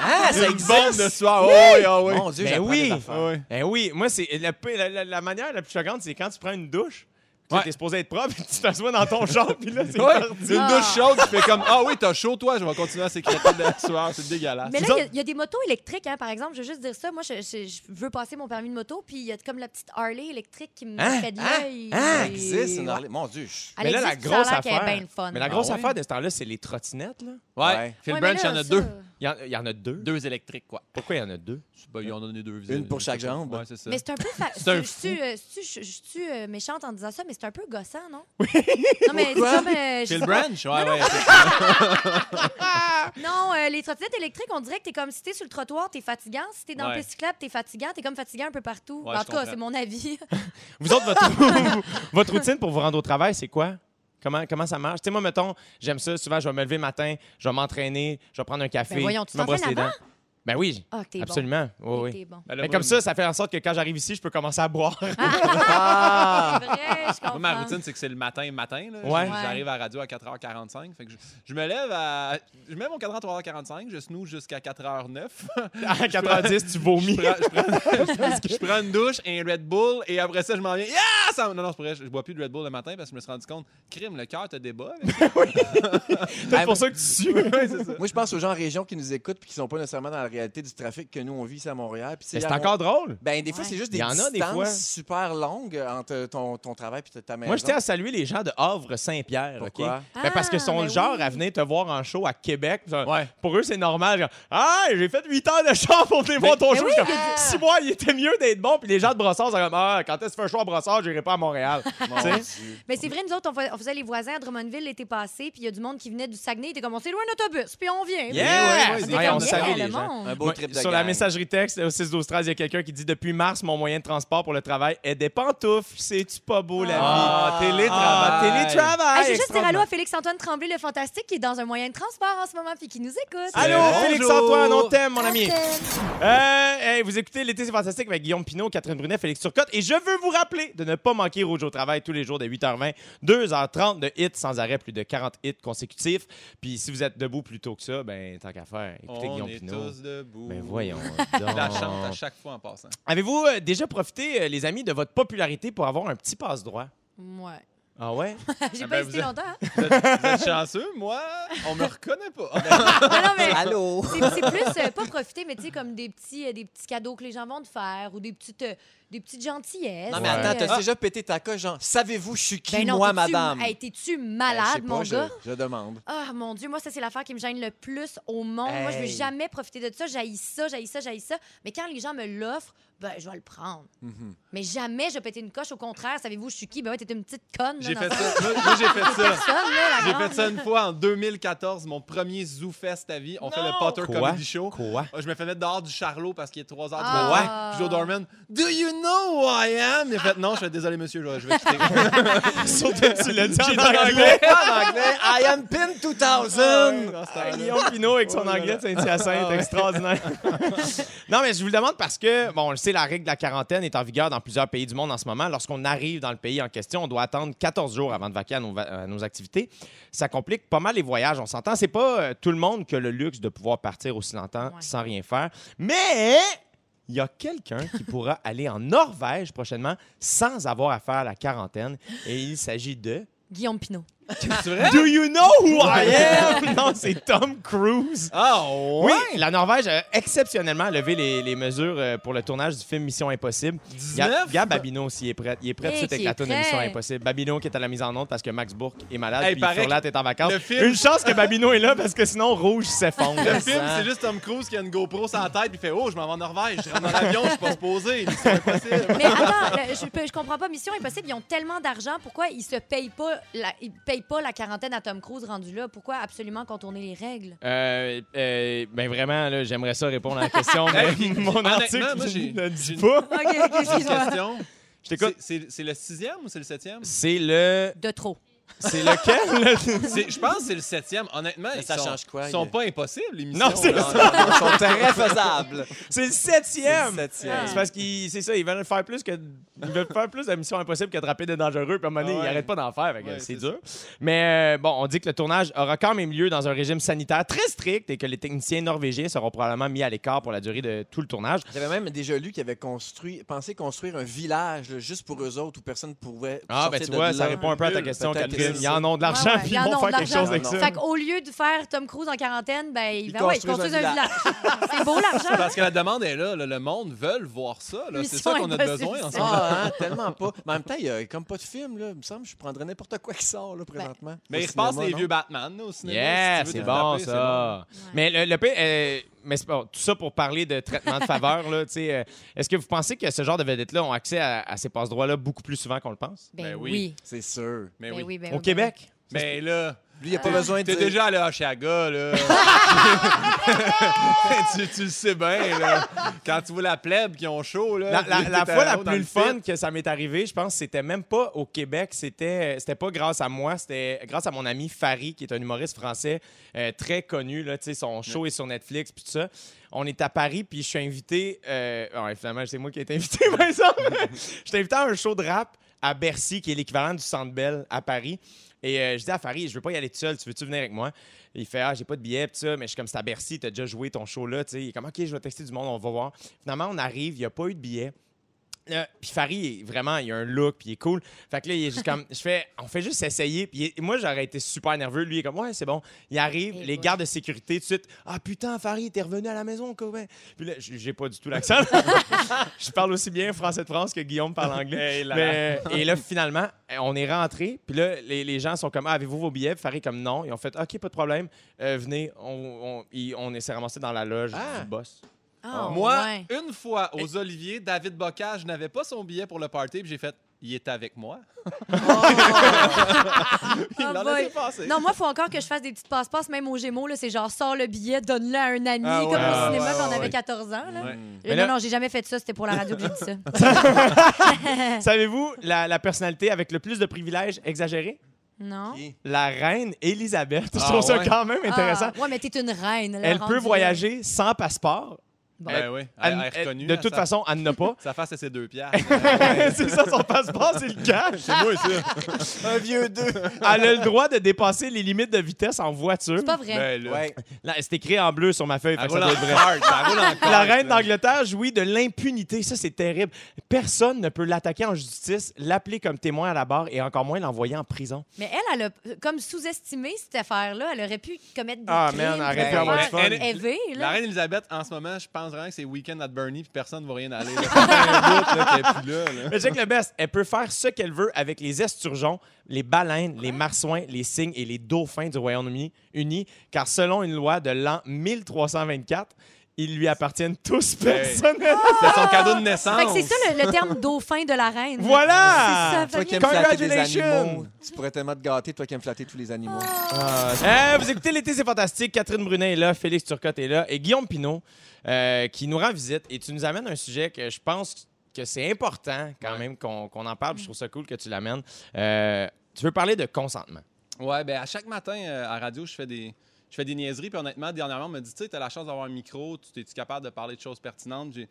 [SPEAKER 4] Ah, ça
[SPEAKER 2] une bombe de
[SPEAKER 4] existe!
[SPEAKER 2] soir. Oh, oui, oh, oui.
[SPEAKER 4] Mon Dieu,
[SPEAKER 1] Ben
[SPEAKER 4] j'apprends
[SPEAKER 1] oui!
[SPEAKER 4] des affaires.
[SPEAKER 2] Ah, oui.
[SPEAKER 1] Ben oui, moi, c'est la, p- la- la- la manière la plus choquante, c'est quand tu prends une douche, que
[SPEAKER 2] Ouais.
[SPEAKER 1] t'es supposé être propre, puis tu t'assois dans ton char, puis là, c'est
[SPEAKER 2] Ouais,
[SPEAKER 1] parti.
[SPEAKER 2] une
[SPEAKER 3] Ah.
[SPEAKER 2] douche chaude, tu fais comme Ah oui, t'as chaud, toi, je vais continuer à sécréter de la sueur, c'est dégueulasse.
[SPEAKER 3] Mais là,
[SPEAKER 1] Vous
[SPEAKER 3] il y a- il y, a des motos électriques, hein, par exemple. Je veux juste dire ça. Moi, je, je- je veux passer mon permis de moto, puis il y a comme la petite Harley électrique qui me
[SPEAKER 1] Hein?
[SPEAKER 3] fait de
[SPEAKER 1] Hein?
[SPEAKER 3] l'œil.
[SPEAKER 1] Hein?
[SPEAKER 4] Ça existe, une Harley. Mon Dieu, je-
[SPEAKER 3] Elle
[SPEAKER 1] Mais là, la
[SPEAKER 3] existe, puis ça a
[SPEAKER 1] grosse
[SPEAKER 3] l'air qu'elle est
[SPEAKER 1] affaire-
[SPEAKER 3] bien le fun.
[SPEAKER 1] Mais la
[SPEAKER 3] Ah Ouais,
[SPEAKER 1] grosse
[SPEAKER 4] ouais.
[SPEAKER 1] affaire de ce temps-là, c'est les trottinettes, là.
[SPEAKER 2] Ouais.
[SPEAKER 4] Ouais.
[SPEAKER 2] Phil
[SPEAKER 3] mais
[SPEAKER 2] Branch,
[SPEAKER 3] là,
[SPEAKER 2] il y en a
[SPEAKER 3] ça-
[SPEAKER 2] deux.
[SPEAKER 1] Il y, en- il y en a deux.
[SPEAKER 2] Deux électriques, quoi.
[SPEAKER 1] Pourquoi il y en a deux?
[SPEAKER 2] Ben, il y en a donné deux.
[SPEAKER 4] Une pour chaque jambe.
[SPEAKER 2] Ouais, c'est ça.
[SPEAKER 3] Mais c'est un peu. fa-
[SPEAKER 2] C'est un
[SPEAKER 3] je suis euh, je suis- je suis euh, méchante en disant ça, mais c'est un peu gossant, non? Oui. Non, mais c'est comme. euh, je sais
[SPEAKER 2] Phil
[SPEAKER 3] pas.
[SPEAKER 2] Branch? Ouais, ouais. ok.
[SPEAKER 3] Non, euh, les trottinettes électriques, on dirait que t'es comme si t'es sur le trottoir, t'es fatigant. Si t'es dans
[SPEAKER 2] Ouais.
[SPEAKER 3] le piste cyclable, t'es fatigant. T'es comme fatigant un peu partout.
[SPEAKER 2] Ouais,
[SPEAKER 3] en
[SPEAKER 2] je
[SPEAKER 3] tout cas,
[SPEAKER 2] comprends.
[SPEAKER 3] c'est mon avis.
[SPEAKER 1] Vous autres, votre, votre routine pour vous rendre au travail, c'est quoi? Comment, comment ça marche? Tu sais, moi, mettons, j'aime ça. Souvent, je vais me lever le matin, je vais m'entraîner, je vais prendre un café,
[SPEAKER 3] Ben voyons, tu
[SPEAKER 1] je me brosse les
[SPEAKER 3] t'entraînes
[SPEAKER 1] dents.
[SPEAKER 3] avant?
[SPEAKER 1] Ben oui,
[SPEAKER 3] Ah, t'es bon.
[SPEAKER 1] absolument. Oui, oui.
[SPEAKER 3] T'es bon.
[SPEAKER 2] Ben, là,
[SPEAKER 1] Mais
[SPEAKER 2] moi,
[SPEAKER 1] comme ça, ça fait en sorte que quand j'arrive ici, je peux commencer à boire.
[SPEAKER 3] C'est vrai, je comprends.
[SPEAKER 2] Ah! Moi, ma routine, c'est que c'est le matin, matin. Là.
[SPEAKER 1] Ouais.
[SPEAKER 2] Je- J'arrive à la radio à 4h45. Fait que je, je me lève à. Je mets mon cadran à 3h45, je snooze jusqu'à 4h09.
[SPEAKER 1] à 90, tu vomis.
[SPEAKER 2] je, prends, je prends- je prends une douche, un Red Bull, et après ça, je m'en viens. Yeah! Ça- Non, non, c'est pas vrai. Je, je bois plus de Red Bull le matin parce que je me suis rendu compte, crime, le cœur te débat. avec ça.
[SPEAKER 1] C'est pour ça que tu sues.
[SPEAKER 2] Ouais, c'est ça.
[SPEAKER 4] Moi, je pense aux gens en région qui nous écoutent puis qui sont pas nécessairement dans la réalité du trafic que nous, on vit ici à Montréal. Puis
[SPEAKER 1] Mais
[SPEAKER 4] à
[SPEAKER 1] c'est
[SPEAKER 4] Mon-
[SPEAKER 1] encore drôle.
[SPEAKER 4] Ben, des fois,
[SPEAKER 3] Ouais.
[SPEAKER 4] c'est juste
[SPEAKER 1] Il
[SPEAKER 4] des
[SPEAKER 1] y en a
[SPEAKER 4] distances
[SPEAKER 1] des fois.
[SPEAKER 4] super longues entre ton, ton travail et ta maison.
[SPEAKER 1] Moi, je tiens à saluer les gens de Havre-Saint-Pierre. OK?
[SPEAKER 4] Pourquoi?
[SPEAKER 1] Ben, parce que
[SPEAKER 3] Ah,
[SPEAKER 1] sont le
[SPEAKER 3] ben
[SPEAKER 1] genre
[SPEAKER 3] oui.
[SPEAKER 1] à venir te voir en show à Québec. Ça,
[SPEAKER 2] Ouais.
[SPEAKER 1] Pour eux, c'est normal. Genre, ah, j'ai fait 8 heures de show pour venir voir ton
[SPEAKER 3] mais
[SPEAKER 1] show.
[SPEAKER 3] oui,
[SPEAKER 1] Je suis
[SPEAKER 3] mais-
[SPEAKER 1] comme, Six mois, il était mieux d'être bon. Puis les gens de Brossard sont comme, ah, quand est-ce que tu fais un show à Brossard, j'irai pas à Montréal.
[SPEAKER 4] Mon
[SPEAKER 1] Tiens.
[SPEAKER 4] Dieu.
[SPEAKER 3] Mais c'est vrai, nous autres, on fa- on faisait les voisins à Drummondville l'été passé, puis il y a du monde qui venait du Saguenay, t'es comme, on s'est loin d'autobus, puis on vient.
[SPEAKER 1] Yeah!
[SPEAKER 2] ouais, ouais,
[SPEAKER 3] Puis
[SPEAKER 2] ouais,
[SPEAKER 3] t'es
[SPEAKER 2] ouais,
[SPEAKER 3] comme,
[SPEAKER 2] on
[SPEAKER 3] yeah,
[SPEAKER 2] salue
[SPEAKER 3] le
[SPEAKER 1] les gens.
[SPEAKER 3] monde.
[SPEAKER 4] Un beau
[SPEAKER 1] Moi,
[SPEAKER 4] trip de
[SPEAKER 1] sur la
[SPEAKER 4] gang.
[SPEAKER 1] messagerie texte au 6 12 13 il y a quelqu'un qui dit depuis mars mon moyen de transport pour le travail est des pantoufles c'est-tu pas beau la vie
[SPEAKER 2] Ah, télétravail.
[SPEAKER 1] Ah, télétravail
[SPEAKER 3] Hey, je veux juste dire
[SPEAKER 1] extraordinaire.
[SPEAKER 3] allô à Félix-Antoine Tremblay, le fantastique, qui est dans un moyen de transport en ce moment, puis qui nous écoute.
[SPEAKER 2] Allô,
[SPEAKER 1] Allô,
[SPEAKER 2] Bonjour.
[SPEAKER 1] Félix-Antoine, on t'aime, mon
[SPEAKER 3] On
[SPEAKER 1] ami.
[SPEAKER 3] t'aime.
[SPEAKER 1] Euh, hey, vous écoutez L'été, c'est fantastique avec Guillaume Pinot, Catherine Brunet, Félix Turcotte. Et je veux vous rappeler de ne pas manquer Rouge au travail tous les jours de 8h20, 2h30 de hits sans arrêt, plus de 40 hits consécutifs. Puis si vous êtes debout plus tôt que ça, ben tant qu'à faire, écoutez
[SPEAKER 2] On
[SPEAKER 1] Guillaume
[SPEAKER 2] est
[SPEAKER 1] Pinot.
[SPEAKER 2] tous debout.
[SPEAKER 1] Ben voyons. Oh.
[SPEAKER 2] Je la
[SPEAKER 1] donc.
[SPEAKER 2] chante à chaque fois en passant.
[SPEAKER 1] Avez-vous euh, déjà profité, euh, les amis, de votre popularité pour avoir un petit passe-droit?
[SPEAKER 3] Ouais.
[SPEAKER 1] Ah ouais?
[SPEAKER 3] J'ai pas
[SPEAKER 2] Ah ben,
[SPEAKER 3] hésité
[SPEAKER 2] vous-
[SPEAKER 3] longtemps. hein.
[SPEAKER 2] Vous êtes, vous êtes chanceux, moi, on me reconnaît
[SPEAKER 3] Ah, ben,
[SPEAKER 2] pas.
[SPEAKER 3] hein. Non, non, mais
[SPEAKER 4] Allô?
[SPEAKER 3] c'est c'est plus euh, pas profiter, mais tu sais, comme des petits, euh, des petits cadeaux que les gens vont te faire ou des petites, euh, des petites gentillesses.
[SPEAKER 4] Non, mais
[SPEAKER 1] Ouais.
[SPEAKER 4] attends,
[SPEAKER 3] Euh,
[SPEAKER 4] t'as déjà pété ta coche, genre, savez-vous, je suis qui,
[SPEAKER 3] ben non,
[SPEAKER 4] moi,
[SPEAKER 3] t'es-tu-
[SPEAKER 4] madame?
[SPEAKER 3] Hey, t'es-tu
[SPEAKER 4] Ben, je sais
[SPEAKER 3] malade,
[SPEAKER 4] pas,
[SPEAKER 3] mon
[SPEAKER 4] je-
[SPEAKER 3] gars?
[SPEAKER 4] Je demande.
[SPEAKER 3] Ah, mon Dieu, moi, ça, c'est l'affaire qui me gêne le plus au monde. Moi, je veux
[SPEAKER 4] Hey.
[SPEAKER 3] jamais profiter de ça. J'haïs ça, j'haïs ça, j'haïs ça. Mais quand les gens me l'offrent, ben, je vais le prendre.
[SPEAKER 4] Mhm.
[SPEAKER 3] Mais jamais je vais péter une coche. Au contraire, savez-vous, je suis qui? Ben ouais, t'es une petite conne. là,
[SPEAKER 2] J'ai
[SPEAKER 3] dans
[SPEAKER 2] fait
[SPEAKER 3] ce-
[SPEAKER 2] ça. Moi, moi, j'ai fait ça.
[SPEAKER 3] Personne, là, la
[SPEAKER 2] J'ai
[SPEAKER 3] grande.
[SPEAKER 2] fait ça une fois en 2014, mon premier Zoo Fest à vie. On fait le Potter
[SPEAKER 1] Quoi?
[SPEAKER 2] Comedy Show.
[SPEAKER 1] Quoi?
[SPEAKER 2] Ah, Je me fais mettre dehors du charlot parce qu'il est 3h du
[SPEAKER 3] Ah.
[SPEAKER 2] matin. Puis Joe Dorman, Do you know who I am. Il a fait non, je fais désolé, monsieur, je je vais quitter.
[SPEAKER 1] Surtout que tu l'as dit
[SPEAKER 2] J'ai
[SPEAKER 1] en
[SPEAKER 2] dit
[SPEAKER 1] anglais.
[SPEAKER 4] en anglais, I am pin 2000.
[SPEAKER 2] Ah,
[SPEAKER 1] Ah, Guillaume Pinot avec son anglais de Saint-Hyacinthe, extraordinaire. non, mais je vous le demande parce que, bon, on le sait, la règle de la quarantaine est en vigueur dans plusieurs pays du monde en ce moment. Lorsqu'on arrive dans le pays en question, on doit attendre 14 jours avant de vaquer à nos, va- à nos activités. Ça complique pas mal les voyages, on s'entend. C'est pas euh, tout le monde qui a le luxe de pouvoir partir aussi longtemps
[SPEAKER 3] Ouais.
[SPEAKER 1] sans rien faire. Mais il y a quelqu'un qui pourra aller en Norvège prochainement sans avoir à faire la quarantaine. Et il s'agit de...
[SPEAKER 3] Guillaume Pinot.
[SPEAKER 2] C'est vrai?
[SPEAKER 1] Do you know who I am? non, c'est Tom Cruise.
[SPEAKER 2] Ah
[SPEAKER 1] Oui,
[SPEAKER 2] ouais?
[SPEAKER 1] la Norvège a exceptionnellement levé les, les mesures euh, pour le tournage du film Mission Impossible. Gab,
[SPEAKER 2] 19?
[SPEAKER 1] Gab Babineau aussi est prêt. Il est prêt tout de
[SPEAKER 3] Eh,
[SPEAKER 1] suite avec
[SPEAKER 3] qui
[SPEAKER 1] la
[SPEAKER 3] est
[SPEAKER 1] toune de
[SPEAKER 3] prêt.
[SPEAKER 1] Mission Impossible. Babineau qui est à la mise en onde parce que Max Bourque est malade
[SPEAKER 2] Hey,
[SPEAKER 1] puis
[SPEAKER 2] paraît
[SPEAKER 1] Furlat est en vacances.
[SPEAKER 2] le film-
[SPEAKER 1] Une chance que Babineau est là parce que sinon Rouge s'effondre.
[SPEAKER 2] Le film, c'est juste Tom Cruise qui a une GoPro sur la tête puis il fait Oh, je m'en vais en Norvège, je rentre dans l'avion, je suis pas supposé. C'est impossible.
[SPEAKER 3] Mais attends, le- je, peux- je comprends pas. Mission Impossible, ils ont tellement d'argent. Pourquoi ils se payent pas la, ils payent pas la quarantaine à Tom Cruise rendu là? Pourquoi absolument contourner les règles?
[SPEAKER 1] Euh, euh, ben vraiment, là, j'aimerais ça répondre à la question, mais
[SPEAKER 2] Hey,
[SPEAKER 1] mon
[SPEAKER 2] honnêtement,
[SPEAKER 1] article
[SPEAKER 2] moi, j'ai-
[SPEAKER 1] ne dit
[SPEAKER 2] j'ai une-
[SPEAKER 1] pas.
[SPEAKER 3] OK,
[SPEAKER 2] J'ai une question.
[SPEAKER 1] Je t'écoute.
[SPEAKER 2] C'est- C'est c'est le sixième ou c'est le septième?
[SPEAKER 1] C'est le...
[SPEAKER 3] De trop.
[SPEAKER 1] C'est lequel? le-
[SPEAKER 2] C'est- Je pense que c'est le septième. Honnêtement,
[SPEAKER 4] Mais
[SPEAKER 2] ils
[SPEAKER 4] ça
[SPEAKER 2] sont,
[SPEAKER 4] change quoi,
[SPEAKER 2] Ils sont
[SPEAKER 4] il-
[SPEAKER 2] pas impossibles, les
[SPEAKER 1] Non, c'est
[SPEAKER 4] Non, non, Ils sont très faisables.
[SPEAKER 1] C'est le
[SPEAKER 4] C'est
[SPEAKER 1] septième!
[SPEAKER 4] le septième.
[SPEAKER 1] C'est parce qu'ils, c'est ça, ils veulent faire plus que, ils veulent faire plus de missions impossibles que de rapide et dangereux. Puis à un moment donné,
[SPEAKER 2] Ah ouais.
[SPEAKER 1] ils arrêtent pas d'en faire. fait que
[SPEAKER 2] Ouais,
[SPEAKER 1] c'est
[SPEAKER 2] c'est
[SPEAKER 1] dur. Mais euh, bon, on dit que le tournage aura quand même lieu dans un régime sanitaire très strict et que les techniciens norvégiens seront probablement mis à l'écart pour la durée de tout le tournage.
[SPEAKER 4] J'avais même déjà lu qu'ils avaient construit, pensé construire un village là, juste pour eux autres où personne ne pouvait.
[SPEAKER 1] Ah,
[SPEAKER 4] sortir
[SPEAKER 1] ben tu
[SPEAKER 4] de
[SPEAKER 1] vois,
[SPEAKER 4] là.
[SPEAKER 1] ça répond un peu à ta
[SPEAKER 2] Peut-être
[SPEAKER 1] question,
[SPEAKER 4] que c'est
[SPEAKER 1] Catherine.
[SPEAKER 4] ça.
[SPEAKER 1] Ils en ont de l'argent,
[SPEAKER 3] Ouais, ouais.
[SPEAKER 1] puis
[SPEAKER 3] Ils
[SPEAKER 1] ils
[SPEAKER 3] en
[SPEAKER 1] vont
[SPEAKER 3] ont
[SPEAKER 1] faire
[SPEAKER 3] de
[SPEAKER 1] quelque chose avec
[SPEAKER 4] l'argent.
[SPEAKER 1] ça.
[SPEAKER 3] Fait qu'au lieu de faire Tom Cruise en quarantaine, ben, ils
[SPEAKER 4] Ils
[SPEAKER 3] vont ouais, ils
[SPEAKER 4] construisent
[SPEAKER 3] construisent
[SPEAKER 4] un
[SPEAKER 3] un village. C'est beau l'argent.
[SPEAKER 2] Parce que la demande est là, là. le monde veut voir ça. là. C'est
[SPEAKER 3] Mission
[SPEAKER 2] ça qu'on a
[SPEAKER 3] impossible.
[SPEAKER 2] besoin en ce moment.
[SPEAKER 4] Ah, hein, tellement pas. Mais en même temps, il y a comme pas de film, là. Il me semble que je prendrais n'importe quoi qui sort,
[SPEAKER 3] Ben,
[SPEAKER 4] là, présentement.
[SPEAKER 2] Mais
[SPEAKER 4] Au
[SPEAKER 2] il repasse
[SPEAKER 4] cinéma,
[SPEAKER 2] les
[SPEAKER 4] non?
[SPEAKER 2] vieux Batman là, au cinéma.
[SPEAKER 1] Yeah,
[SPEAKER 2] si tu veux
[SPEAKER 1] c'est
[SPEAKER 2] te
[SPEAKER 1] bon
[SPEAKER 2] taper,
[SPEAKER 1] ça. Mais le, le P- euh, mais c'est pas- tout ça pour parler de traitement de faveur là. tu sais, euh, Est-ce que vous pensez que ce genre de vedettes là ont accès à, à ces passe droits là beaucoup plus souvent qu'on le pense
[SPEAKER 3] Ben,
[SPEAKER 2] Ben oui.
[SPEAKER 3] oui.
[SPEAKER 4] C'est sûr. Euh,
[SPEAKER 2] Mais
[SPEAKER 3] Ben
[SPEAKER 2] oui.
[SPEAKER 3] oui, ben
[SPEAKER 1] Au
[SPEAKER 3] oui, ben
[SPEAKER 1] Québec
[SPEAKER 2] Mais là,
[SPEAKER 4] Lui, il n'y a pas besoin de.
[SPEAKER 2] t'es
[SPEAKER 4] dire-
[SPEAKER 2] déjà allé à Oshaga, là. tu, tu le sais bien, là. Quand tu vois la plèbe qui ont chaud, là.
[SPEAKER 1] La, la-
[SPEAKER 2] t'es
[SPEAKER 1] la
[SPEAKER 2] à-
[SPEAKER 1] fois la
[SPEAKER 2] dans
[SPEAKER 1] plus
[SPEAKER 2] le
[SPEAKER 1] fun
[SPEAKER 2] fit.
[SPEAKER 1] que ça m'est arrivé, je pense, c'était même pas au Québec. C'était, euh, c'était pas grâce à moi, c'était grâce à mon ami Fari, qui est un humoriste français euh, très connu. Là, tu sais, son show est sur Netflix, puis tout ça. On est à Paris, puis je suis invité. euh, ouais, finalement, c'est moi qui ai été invité, par exemple. Je suis invité à un show de rap à Bercy, qui est l'équivalent du Centre Bell à Paris. Et euh, je dis à Farid, je veux pas y aller tout seul, tu veux-tu venir avec moi? Il fait, ah, j'ai pas de billet, pis ça, mais je suis comme, c'est à Bercy, t'as déjà joué ton show là, tu sais. Il est comme, ok, je vais tester du monde, on va voir. Finalement, on arrive, il y a pas eu de billet. Là, Puis Farid, vraiment, il a un look, puis il est cool. Fait que là, il est juste comme, je fais, on fait juste essayer. Puis il est- moi, j'aurais été super nerveux. Lui, il est comme, ouais, c'est bon. Il arrive,
[SPEAKER 3] Et
[SPEAKER 1] les
[SPEAKER 3] voilà.
[SPEAKER 1] gardes de sécurité, tout de suite, ah putain, Farid, t'es revenu à la maison, copain. Puis là, j- j'ai pas du tout l'accent. je parle aussi bien français de France que Guillaume parle anglais.
[SPEAKER 2] Hey, là, là.
[SPEAKER 1] Mais- et là, finalement, on est rentré. Puis là, les, les gens sont comme ah, Avez-vous vos billets Puis Farid, comme non. Ils ont fait OK, pas de problème. Euh, venez, on, on, ils- on est s'est ramassé dans la loge
[SPEAKER 4] Ah.
[SPEAKER 1] du boss.
[SPEAKER 3] Ah,
[SPEAKER 2] Moi,
[SPEAKER 3] ouais.
[SPEAKER 2] une fois aux Oliviers, David Bocage n'avait pas son billet pour le party, puis j'ai fait Il est avec moi. Il
[SPEAKER 3] Oh. Ah,
[SPEAKER 2] l'a
[SPEAKER 3] boy.
[SPEAKER 2] laissé passer.
[SPEAKER 3] Non, moi, il faut encore que je fasse des petites passe-passe, même au Gémeaux. là, C'est genre, sors le billet, donne-le à un ami,
[SPEAKER 2] Ah ouais,
[SPEAKER 3] comme
[SPEAKER 2] ah
[SPEAKER 3] au cinéma
[SPEAKER 2] ouais,
[SPEAKER 3] quand on
[SPEAKER 2] ouais.
[SPEAKER 3] avait 14 ans. Là.
[SPEAKER 2] Ouais.
[SPEAKER 1] Mais là-
[SPEAKER 3] Non, non, j'ai jamais fait ça. C'était pour la radio que j'ai dit ça. Ah.
[SPEAKER 1] Savez-vous la, la personnalité avec le plus de privilèges exagérés
[SPEAKER 3] Non.
[SPEAKER 4] Ok.
[SPEAKER 1] La reine Elisabeth. Je
[SPEAKER 2] Ah,
[SPEAKER 1] trouve ça
[SPEAKER 2] ouais.
[SPEAKER 1] quand même intéressant.
[SPEAKER 3] Ah, ouais, mais t'es une reine. là,
[SPEAKER 1] Elle
[SPEAKER 3] rendue
[SPEAKER 1] peut
[SPEAKER 3] là.
[SPEAKER 1] voyager sans passeport.
[SPEAKER 3] Bon.
[SPEAKER 2] Ben oui, elle,
[SPEAKER 1] Elle-
[SPEAKER 2] elle est
[SPEAKER 1] elle-
[SPEAKER 2] reconnue.
[SPEAKER 1] de
[SPEAKER 2] elle,
[SPEAKER 1] toute
[SPEAKER 2] sa-
[SPEAKER 1] façon, elle n'a pas.
[SPEAKER 2] Sa face, c'est ses deux pierres.
[SPEAKER 1] c'est ça, son passeport, c'est le cash.
[SPEAKER 2] c'est moi, ça.
[SPEAKER 4] Un vieux deux.
[SPEAKER 1] Elle a le droit de dépasser les limites de vitesse en voiture.
[SPEAKER 3] C'est pas vrai.
[SPEAKER 2] Ben là.
[SPEAKER 4] Ouais.
[SPEAKER 1] Là, C'est écrit en bleu sur ma feuille. fait
[SPEAKER 2] Elle
[SPEAKER 1] que ça
[SPEAKER 2] roule
[SPEAKER 1] doit
[SPEAKER 2] en
[SPEAKER 1] être vrai.
[SPEAKER 2] carte, elle roule en
[SPEAKER 1] Ah, La
[SPEAKER 2] carte,
[SPEAKER 1] reine
[SPEAKER 2] là.
[SPEAKER 1] d'Angleterre jouit de l'impunité. Ça, c'est terrible. Personne ne peut l'attaquer en justice, l'appeler comme témoin à la barre et encore moins l'envoyer en prison.
[SPEAKER 3] Mais elle, elle a comme sous-estimé cette affaire-là. Elle aurait pu commettre des
[SPEAKER 1] Ah,
[SPEAKER 3] crimes.
[SPEAKER 1] man, elle aurait
[SPEAKER 3] des
[SPEAKER 1] pu avoir
[SPEAKER 2] du
[SPEAKER 3] affaires
[SPEAKER 2] fun.
[SPEAKER 3] élevées,
[SPEAKER 2] La
[SPEAKER 3] là.
[SPEAKER 2] reine Elisabeth, en ce moment, je pense vraiment que c'est Weekend at Bernie, puis personne ne va rien aller. là. C'est un doute, là, qu'elle est plus là, là.
[SPEAKER 1] Mais check le best. Elle peut faire ce qu'elle veut avec les esturgeons, les baleines, les marsouins, les cygnes et les dauphins du Royaume-Uni, uni, car selon une loi de l'an 1324, ils lui appartiennent tous personnellement.
[SPEAKER 2] C'est son cadeau de
[SPEAKER 3] Fait
[SPEAKER 2] naissance.
[SPEAKER 3] que c'est ça le, le terme dauphin de la reine.
[SPEAKER 1] Voilà!
[SPEAKER 3] C'est ça,
[SPEAKER 4] Toi
[SPEAKER 3] fait
[SPEAKER 4] qui
[SPEAKER 3] que-
[SPEAKER 4] aimes flatter les
[SPEAKER 1] Congratulations.
[SPEAKER 4] animaux. Tu pourrais tellement te gâter, toi qui aimes flatter tous les animaux.
[SPEAKER 1] Euh, vous écoutez l'été, c'est fantastique. Catherine Brunet est là, Félix Turcotte est là et Guillaume Pinault euh, qui nous rend visite. Et tu nous amènes un sujet que je pense que que c'est important quand même qu'on qu'on en parle. puis Je trouve ça cool que tu l'amènes. Euh, tu veux parler de consentement.
[SPEAKER 2] Ouais, ben à chaque matin euh, à radio, je fais des je fais des niaiseries. Puis honnêtement, dernièrement, on me dit, tu sais, t'as la chance d'avoir un micro, tu t'es-tu capable de parler de choses pertinentes? J'ai-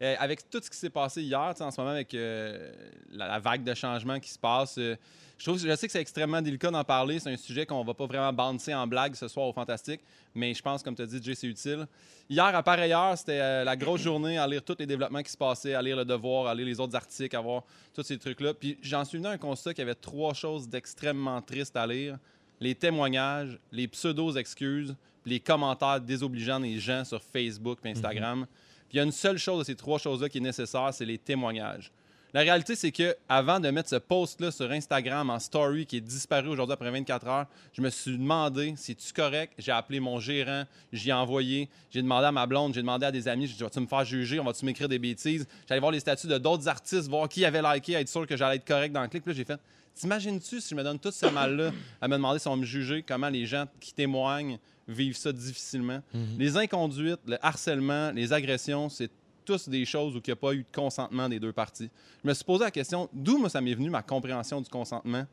[SPEAKER 2] Euh, avec tout ce qui s'est passé hier, tu sais, en ce moment, avec euh, la, la vague de changements qui se passe, euh, je trouve, je sais que c'est extrêmement délicat d'en parler. C'est un sujet qu'on va pas vraiment bouncer en blague ce soir au Fantastique, mais je pense, comme tu as dit, Jay, c'est utile. Hier, à par ailleurs, c'était euh, la grosse journée à lire tous les développements qui se passaient, à lire Le Devoir, à lire les autres articles, à voir tous ces trucs-là. Puis j'en suis venu à un constat qu'il y avait trois choses d'extrêmement tristes à lire les témoignages, les pseudo-excuses, puis les commentaires désobligeants des gens sur Facebook et Instagram. Puis il y a une seule chose de ces trois choses-là qui est nécessaire, c'est les témoignages. La réalité, c'est que avant de mettre ce post-là sur Instagram en story qui est disparu aujourd'hui après 24 heures, je me suis demandé si tu correct. J'ai appelé mon gérant, j'y ai envoyé, j'ai demandé à ma blonde, j'ai demandé à des amis, j'ai dit vas-tu me faire juger, on va-tu m'écrire des bêtises J'allais voir les statuts de d'autres artistes, voir qui avait liké, être sûr que j'allais être correct dans le clip. Puis là, j'ai fait T'imagines-tu si je me donne tout ce mal-là à me demander si on va me juger, comment les gens qui témoignent vivent ça difficilement? Les inconduites, le harcèlement, les agressions, c'est tous des choses où il n'y a pas eu de consentement des deux parties. Je me suis posé la question d'où moi, ça m'est venu ma compréhension du consentement.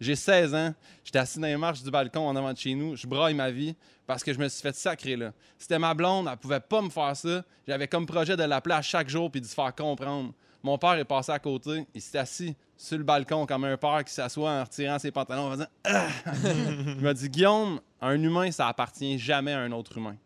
[SPEAKER 2] J'ai 16 ans, j'étais assis dans les marches du balcon en avant de chez nous, je braille ma vie parce que je me suis fait sacrer là. C'était ma blonde, elle pouvait pas me faire ça. J'avais comme projet de l'appeler à chaque jour puis de se faire comprendre. Mon père est passé à côté, il s'est assis sur le balcon comme un père qui s'assoit en retirant ses pantalons en faisant Ah! Il m'a dit Guillaume, un humain, ça appartient jamais à un autre humain.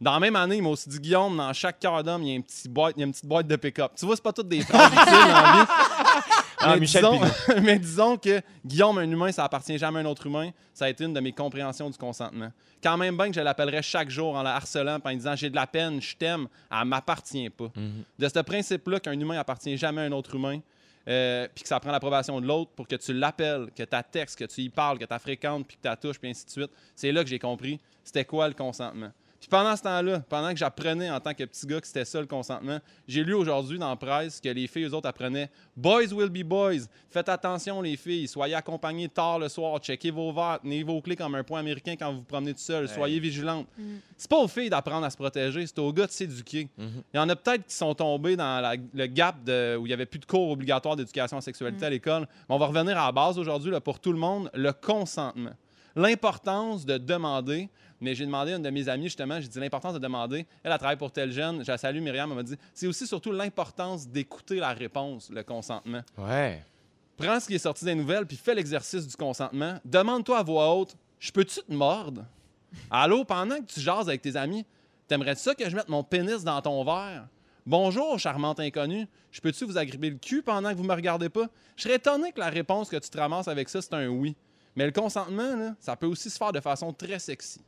[SPEAKER 2] Dans la même année, il m'a aussi dit Guillaume, dans chaque cœur d'homme, il y a une petite boîte, il y a une petite boîte de pick-up. Tu vois, c'est pas toutes des phrases utiles dans la vie.
[SPEAKER 1] Ah,
[SPEAKER 2] mais,
[SPEAKER 1] Michel
[SPEAKER 2] disons, mais disons que Guillaume, un humain, ça appartient jamais à un autre humain. Ça a été une de mes compréhensions du consentement. Quand même bien que je l'appellerais chaque jour en la harcelant, puis en lui disant j'ai de la peine, je t'aime, elle m'appartient pas.
[SPEAKER 1] Mhm.
[SPEAKER 2] De ce principe-là qu'un humain appartient jamais à un autre humain, euh, puis que ça prend l'approbation de l'autre pour que tu l'appelles, que tu textes, que tu y parles, que tu fréquentes, puis que tu touches, puis ainsi de suite. C'est là que j'ai compris c'était quoi le consentement. Puis pendant ce temps-là, pendant que j'apprenais en tant que petit gars que c'était ça le consentement, j'ai lu aujourd'hui dans la presse que les filles, eux autres, apprenaient Boys will be boys. Faites attention, les filles. Soyez accompagnées tard le soir. Checkez vos verres. Tenez vos clés comme un point américain quand vous vous promenez tout seul. Soyez vigilantes. C'est pas aux filles d'apprendre à se protéger, c'est aux gars de s'éduquer. Il y en a peut-être qui sont tombés dans la- le gap de- où il n'y avait plus de cours obligatoires d'éducation à la sexualité à l'école. Mais on va revenir à la base aujourd'hui, là, pour tout le monde, le consentement. L'importance de demander. Mais j'ai demandé à une de mes amies, justement, j'ai dit l'importance de demander. Elle a travaillé pour tel jeune. Je la salue, Myriam. Elle m'a dit c'est aussi surtout l'importance d'écouter la réponse, le consentement.
[SPEAKER 1] Ouais.
[SPEAKER 2] Prends ce qui est sorti des nouvelles, puis fais l'exercice du consentement. Demande-toi à voix haute Je peux-tu te mordre Allô, pendant que tu jases avec tes amis, t'aimerais-tu ça que je mette mon pénis dans ton verre Bonjour, charmante inconnue. Je peux-tu vous agripper le cul pendant que vous me regardez pas Je serais étonné que la réponse que tu te ramasses avec ça, c'est un oui. Mais le consentement, là, ça peut aussi se faire de façon très sexy.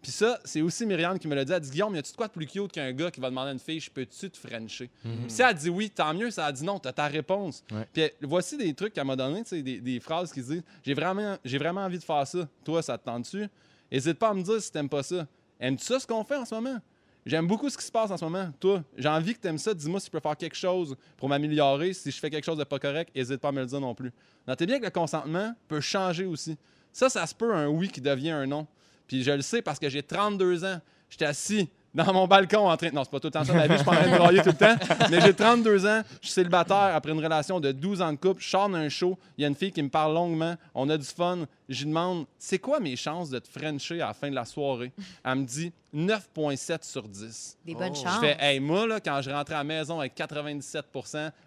[SPEAKER 2] Puis ça, c'est aussi Myriam qui me l'a dit. Elle dit Guillaume, y a-tu de quoi de plus cute qu'un gars qui va demander à une fille Je peux-tu te frencher Puis si elle dit oui, tant mieux. Si elle dit non, t'as ta réponse.
[SPEAKER 1] Ouais.
[SPEAKER 2] Puis elle- voici des trucs qu'elle m'a donné, tu sais, des, des phrases qui disent J'ai vraiment, j'ai vraiment envie de faire ça. Toi, ça te tente-tu Hésite pas à me dire si t'aimes pas ça. Aimes-tu ça ce qu'on fait en ce moment J'aime beaucoup ce qui se passe en ce moment. Toi, j'ai envie que t'aimes ça. Dis-moi si je peux faire quelque chose pour m'améliorer. Si je fais quelque chose de pas correct, hésite pas à me le dire non plus. Notez bien que le consentement peut changer aussi. Ça, ça se peut un oui qui devient un non. Puis je le sais parce que j'ai 32 ans. J'étais assis dans mon balcon en train. Non, c'est pas tout le temps ça ma vie, je suis pas en train de brailler tout le temps. Mais j'ai 32 ans, je suis célibataire après une relation de 12 ans de couple. Je sors d'un show, il y a une fille qui me parle longuement, on a du fun. J'y demande c'est quoi mes chances de te Frencher à la fin de la soirée Elle me dit 9,7 sur 10.
[SPEAKER 3] Des bonnes
[SPEAKER 2] Oh, Je
[SPEAKER 3] chances.
[SPEAKER 2] fais, hey, moi, là, quand je rentrais à la maison avec 97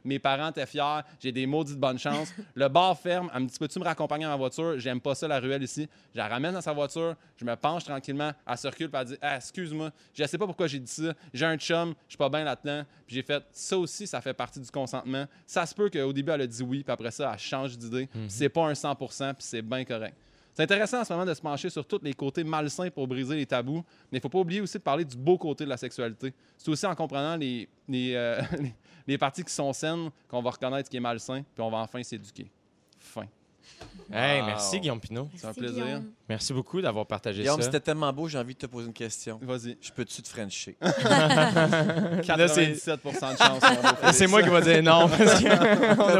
[SPEAKER 2] mes parents étaient fiers, j'ai des maudites bonnes chances. Le bar ferme, elle me dit, peux-tu me raccompagner à ma voiture? J'aime pas ça, la ruelle ici. Je la ramène dans sa voiture, je me penche tranquillement, elle circule, puis elle dit, Ah, excuse-moi, je sais pas pourquoi j'ai dit ça, j'ai un chum, je suis pas bien là-dedans. Puis j'ai fait, ça aussi, ça fait partie du consentement. Ça se peut qu'au début, elle a dit oui, puis après ça, elle change d'idée. Puis C'est pas un 100 puis c'est bien correct. C'est intéressant en ce moment de se pencher sur tous les côtés malsains pour briser les tabous, mais il ne faut pas oublier aussi de parler du beau côté de la sexualité. C'est aussi en comprenant les, les, euh, les- les parties qui sont saines qu'on va reconnaître ce qui est malsain, puis on va enfin s'éduquer. Fin.
[SPEAKER 1] Hey,
[SPEAKER 4] Wow.
[SPEAKER 1] merci Guillaume Pinot.
[SPEAKER 2] C'est un
[SPEAKER 3] Merci,
[SPEAKER 2] plaisir.
[SPEAKER 3] Guillaume.
[SPEAKER 1] Merci beaucoup d'avoir partagé
[SPEAKER 4] Guillaume,
[SPEAKER 1] ça.
[SPEAKER 4] c'était tellement beau, j'ai envie de te poser une question.
[SPEAKER 2] Vas-y.
[SPEAKER 4] Je peux-tu te frencher?
[SPEAKER 1] Là, c'est
[SPEAKER 2] 97 de chance. mon beau
[SPEAKER 1] là,
[SPEAKER 2] Félix.
[SPEAKER 1] Ah, c'est moi qui va dire non parce qu'on n'a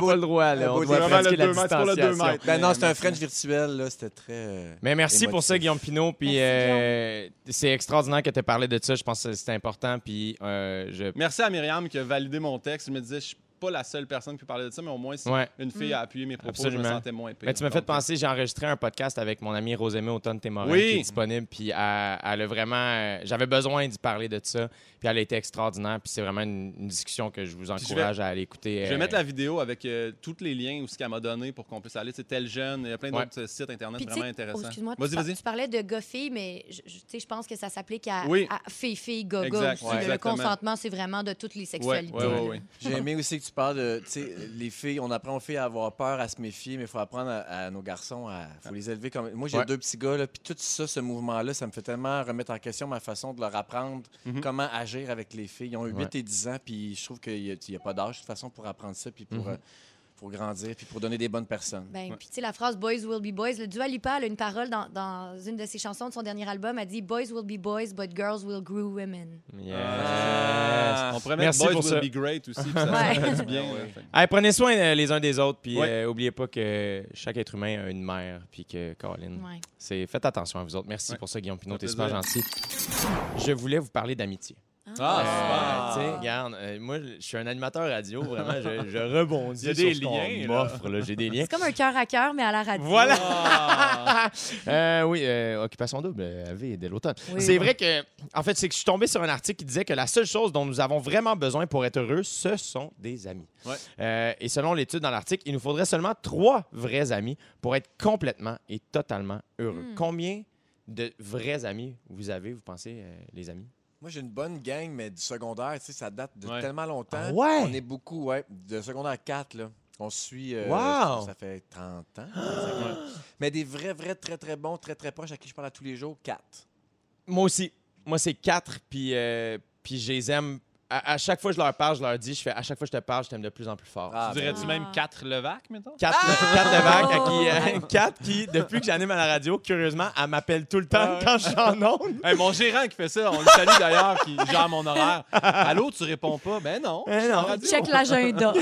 [SPEAKER 1] pas le droit.
[SPEAKER 4] Un
[SPEAKER 1] Là. On
[SPEAKER 4] beau
[SPEAKER 1] doit
[SPEAKER 4] débat.
[SPEAKER 1] pratiquer la
[SPEAKER 2] Le deux mètres pour le deux
[SPEAKER 1] distanciation.
[SPEAKER 2] mètres.
[SPEAKER 4] Ben non, c'était un
[SPEAKER 2] Merci.
[SPEAKER 4] French virtuel, là. C'était très. euh,
[SPEAKER 1] Mais merci pour
[SPEAKER 4] Émotif.
[SPEAKER 1] ça, Guillaume Pinot. Puis
[SPEAKER 3] Merci,
[SPEAKER 1] euh, c'est extraordinaire que tu aies parlé de ça. Je pense que c'est important. Puis euh, je.
[SPEAKER 2] Merci à Myriam qui a validé mon texte. Je me disais, je suis pas la seule personne qui peut parler de ça, mais au moins, si
[SPEAKER 1] Ouais.
[SPEAKER 2] une fille a appuyé mes propos, je me
[SPEAKER 1] Absolument.
[SPEAKER 2] sentais moins pire.
[SPEAKER 1] Mais Ben, tu m'as fait
[SPEAKER 2] Donc, euh,
[SPEAKER 1] penser, j'ai enregistré un podcast avec mon amie Rosemée automne témorin
[SPEAKER 2] Oui.
[SPEAKER 1] qui est disponible, puis elle, elle a vraiment... euh, J'avais besoin d'y parler de ça, puis elle a été extraordinaire, puis c'est vraiment une, une discussion que je vous
[SPEAKER 2] je vais-
[SPEAKER 1] encourage à aller écouter.
[SPEAKER 2] Je vais
[SPEAKER 1] euh,
[SPEAKER 2] mettre la vidéo avec euh, tous les liens ou ce qu'elle m'a donné pour qu'on puisse aller. C'est tel jeune, il y a plein
[SPEAKER 1] Ouais.
[SPEAKER 2] d'autres euh, sites internet
[SPEAKER 3] Puis, tu sais-
[SPEAKER 2] vraiment intéressants.
[SPEAKER 3] Oh, excuse-moi,
[SPEAKER 2] vas-y,
[SPEAKER 3] tu, par-
[SPEAKER 2] vas-y.
[SPEAKER 3] tu parlais de gars-fille, mais je, je- tu sais, je pense que ça s'applique à,
[SPEAKER 2] Oui.
[SPEAKER 3] à fille-fille, gars-gars.
[SPEAKER 2] Exact,
[SPEAKER 3] aussi.
[SPEAKER 4] ouais.
[SPEAKER 3] Le
[SPEAKER 2] exactement.
[SPEAKER 3] consentement, c'est vraiment de toutes les
[SPEAKER 2] Ouais,
[SPEAKER 3] sexualités.
[SPEAKER 2] ouais, ouais, ouais.
[SPEAKER 4] J'ai aimé aussi que tu parles de, tu sais, les filles, on apprend aux filles à avoir peur, à se méfier, mais il faut apprendre à, à nos garçons, à faut les élever comme. Moi, j'ai
[SPEAKER 1] Ouais.
[SPEAKER 4] deux petits gars, là, puis tout ça, ce mouvement-là, ça me fait tellement remettre en question ma façon de leur apprendre
[SPEAKER 2] Mhm.
[SPEAKER 4] comment agir avec les filles. Ils ont 8
[SPEAKER 1] Ouais.
[SPEAKER 4] et 10 ans, puis je trouve qu'il n'y a, il y a pas d'âge, de toute façon, pour apprendre ça, puis pour,
[SPEAKER 1] Mhm.
[SPEAKER 4] euh, pour grandir, puis pour donner des bonnes personnes.
[SPEAKER 3] Ben,
[SPEAKER 2] Ouais.
[SPEAKER 3] puis tu sais, la phrase Boys will be boys, le Dua Lipa elle a une parole dans, dans une de ses chansons de son dernier album, elle dit Boys will be boys, but girls will grow women.
[SPEAKER 1] yes.
[SPEAKER 2] Ah, on pourrait mettre
[SPEAKER 1] Merci
[SPEAKER 2] Boys
[SPEAKER 1] pour
[SPEAKER 2] Will
[SPEAKER 1] ça.
[SPEAKER 2] Be Great aussi, puis ça
[SPEAKER 3] Ouais.
[SPEAKER 2] fait du bien.
[SPEAKER 4] Ah ouais.
[SPEAKER 2] là, fait que-
[SPEAKER 1] Hey, prenez soin euh, les uns des autres, puis
[SPEAKER 2] Ouais.
[SPEAKER 1] euh, oubliez pas que chaque être humain a une mère, puis que Colin,
[SPEAKER 3] Ouais.
[SPEAKER 1] c'est faites attention à vous autres. Merci
[SPEAKER 2] Ouais.
[SPEAKER 1] pour ça, Guillaume Pinot,
[SPEAKER 2] Ça
[SPEAKER 1] t'es
[SPEAKER 2] fait
[SPEAKER 1] super gentil. Je voulais vous parler d'amitié.
[SPEAKER 2] Ah,
[SPEAKER 1] Euh,
[SPEAKER 2] super.
[SPEAKER 1] tu sais, regarde, euh, moi, je suis un animateur radio, vraiment, je, je rebondis
[SPEAKER 2] Il y a
[SPEAKER 1] sur
[SPEAKER 2] des
[SPEAKER 1] ce qu'on
[SPEAKER 2] liens, là.
[SPEAKER 1] m'offre, là, j'ai des liens.
[SPEAKER 3] C'est comme un cœur à cœur, mais à la radio.
[SPEAKER 1] Voilà.
[SPEAKER 2] Ah.
[SPEAKER 1] Euh, oui, euh, occupation double, euh, AV dès l'automne.
[SPEAKER 3] Oui.
[SPEAKER 1] C'est vrai que, en fait, c'est que je suis tombé sur un article qui disait que la seule chose dont nous avons vraiment besoin pour être heureux, ce sont des amis.
[SPEAKER 2] Ouais.
[SPEAKER 1] Euh, et selon l'étude dans l'article, il nous faudrait seulement trois vrais amis pour être complètement et totalement heureux.
[SPEAKER 3] Hmm.
[SPEAKER 1] Combien de vrais amis vous avez, vous pensez, euh, les amis?
[SPEAKER 4] Moi, j'ai une bonne gang, mais du secondaire, tu sais, ça date de
[SPEAKER 2] Ouais.
[SPEAKER 4] tellement longtemps.
[SPEAKER 1] Ah ouais?
[SPEAKER 4] On est beaucoup, ouais. De secondaire 4, là. On se suit. euh,
[SPEAKER 1] Wow!
[SPEAKER 4] Ça fait 30 ans. 35 ans. mais des vrais, vrais, très, très bons, très, très proches à qui je parle à tous les jours, 4.
[SPEAKER 1] Moi aussi. Moi, c'est quatre, puis, euh, puis je les aime. À, à chaque fois que je leur parle, je leur dis, je fais à chaque fois que je te parle, je t'aime de plus en plus fort.
[SPEAKER 4] Ah,
[SPEAKER 2] Tu dirais-tu
[SPEAKER 3] ben.
[SPEAKER 2] même 4 Levac, mettons?
[SPEAKER 1] Kat, Kat Levac, à qui, euh,
[SPEAKER 3] Oh.
[SPEAKER 1] Kat qui, depuis que j'anime à la radio, curieusement, elle m'appelle tout le temps
[SPEAKER 2] Ouais.
[SPEAKER 1] quand je suis en onde.
[SPEAKER 2] Hey, mon gérant qui fait ça, on le salue d'ailleurs, qui gère mon horaire. Allô, tu réponds pas? Ben non.
[SPEAKER 1] Eh non.
[SPEAKER 3] Check l'agenda.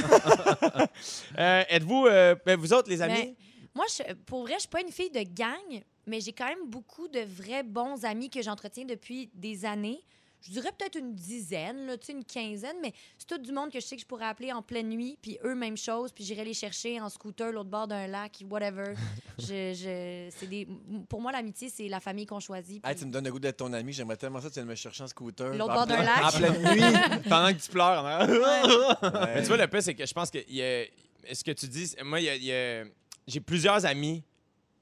[SPEAKER 1] Euh, Êtes-vous, euh, ben, vous autres, les amis?
[SPEAKER 3] Mais moi, je- pour vrai, je suis pas une fille de gang, mais j'ai quand même beaucoup de vrais bons amis que j'entretiens depuis des années. Je dirais peut-être une dizaine, là, tu sais, une quinzaine, mais c'est tout du monde que je sais que je pourrais appeler en pleine nuit, puis eux, même chose, puis j'irai les chercher en scooter, l'autre bord d'un lac, whatever. je, je- c'est des, pour moi, l'amitié, c'est la famille qu'on choisit. puis-
[SPEAKER 4] Hey, tu me donnes le goût d'être ton ami. J'aimerais tellement ça que tu viennes me chercher en scooter.
[SPEAKER 3] L'autre
[SPEAKER 4] En
[SPEAKER 3] bord d'un
[SPEAKER 4] plein-
[SPEAKER 3] lac.
[SPEAKER 4] En pleine nuit.
[SPEAKER 2] Pendant que tu pleures. hein?
[SPEAKER 4] Ouais.
[SPEAKER 3] Ben.
[SPEAKER 1] Mais tu vois, le pire, c'est que je pense que il y a- ce que tu dis, c'est- moi, il y a- il y a- j'ai plusieurs amis.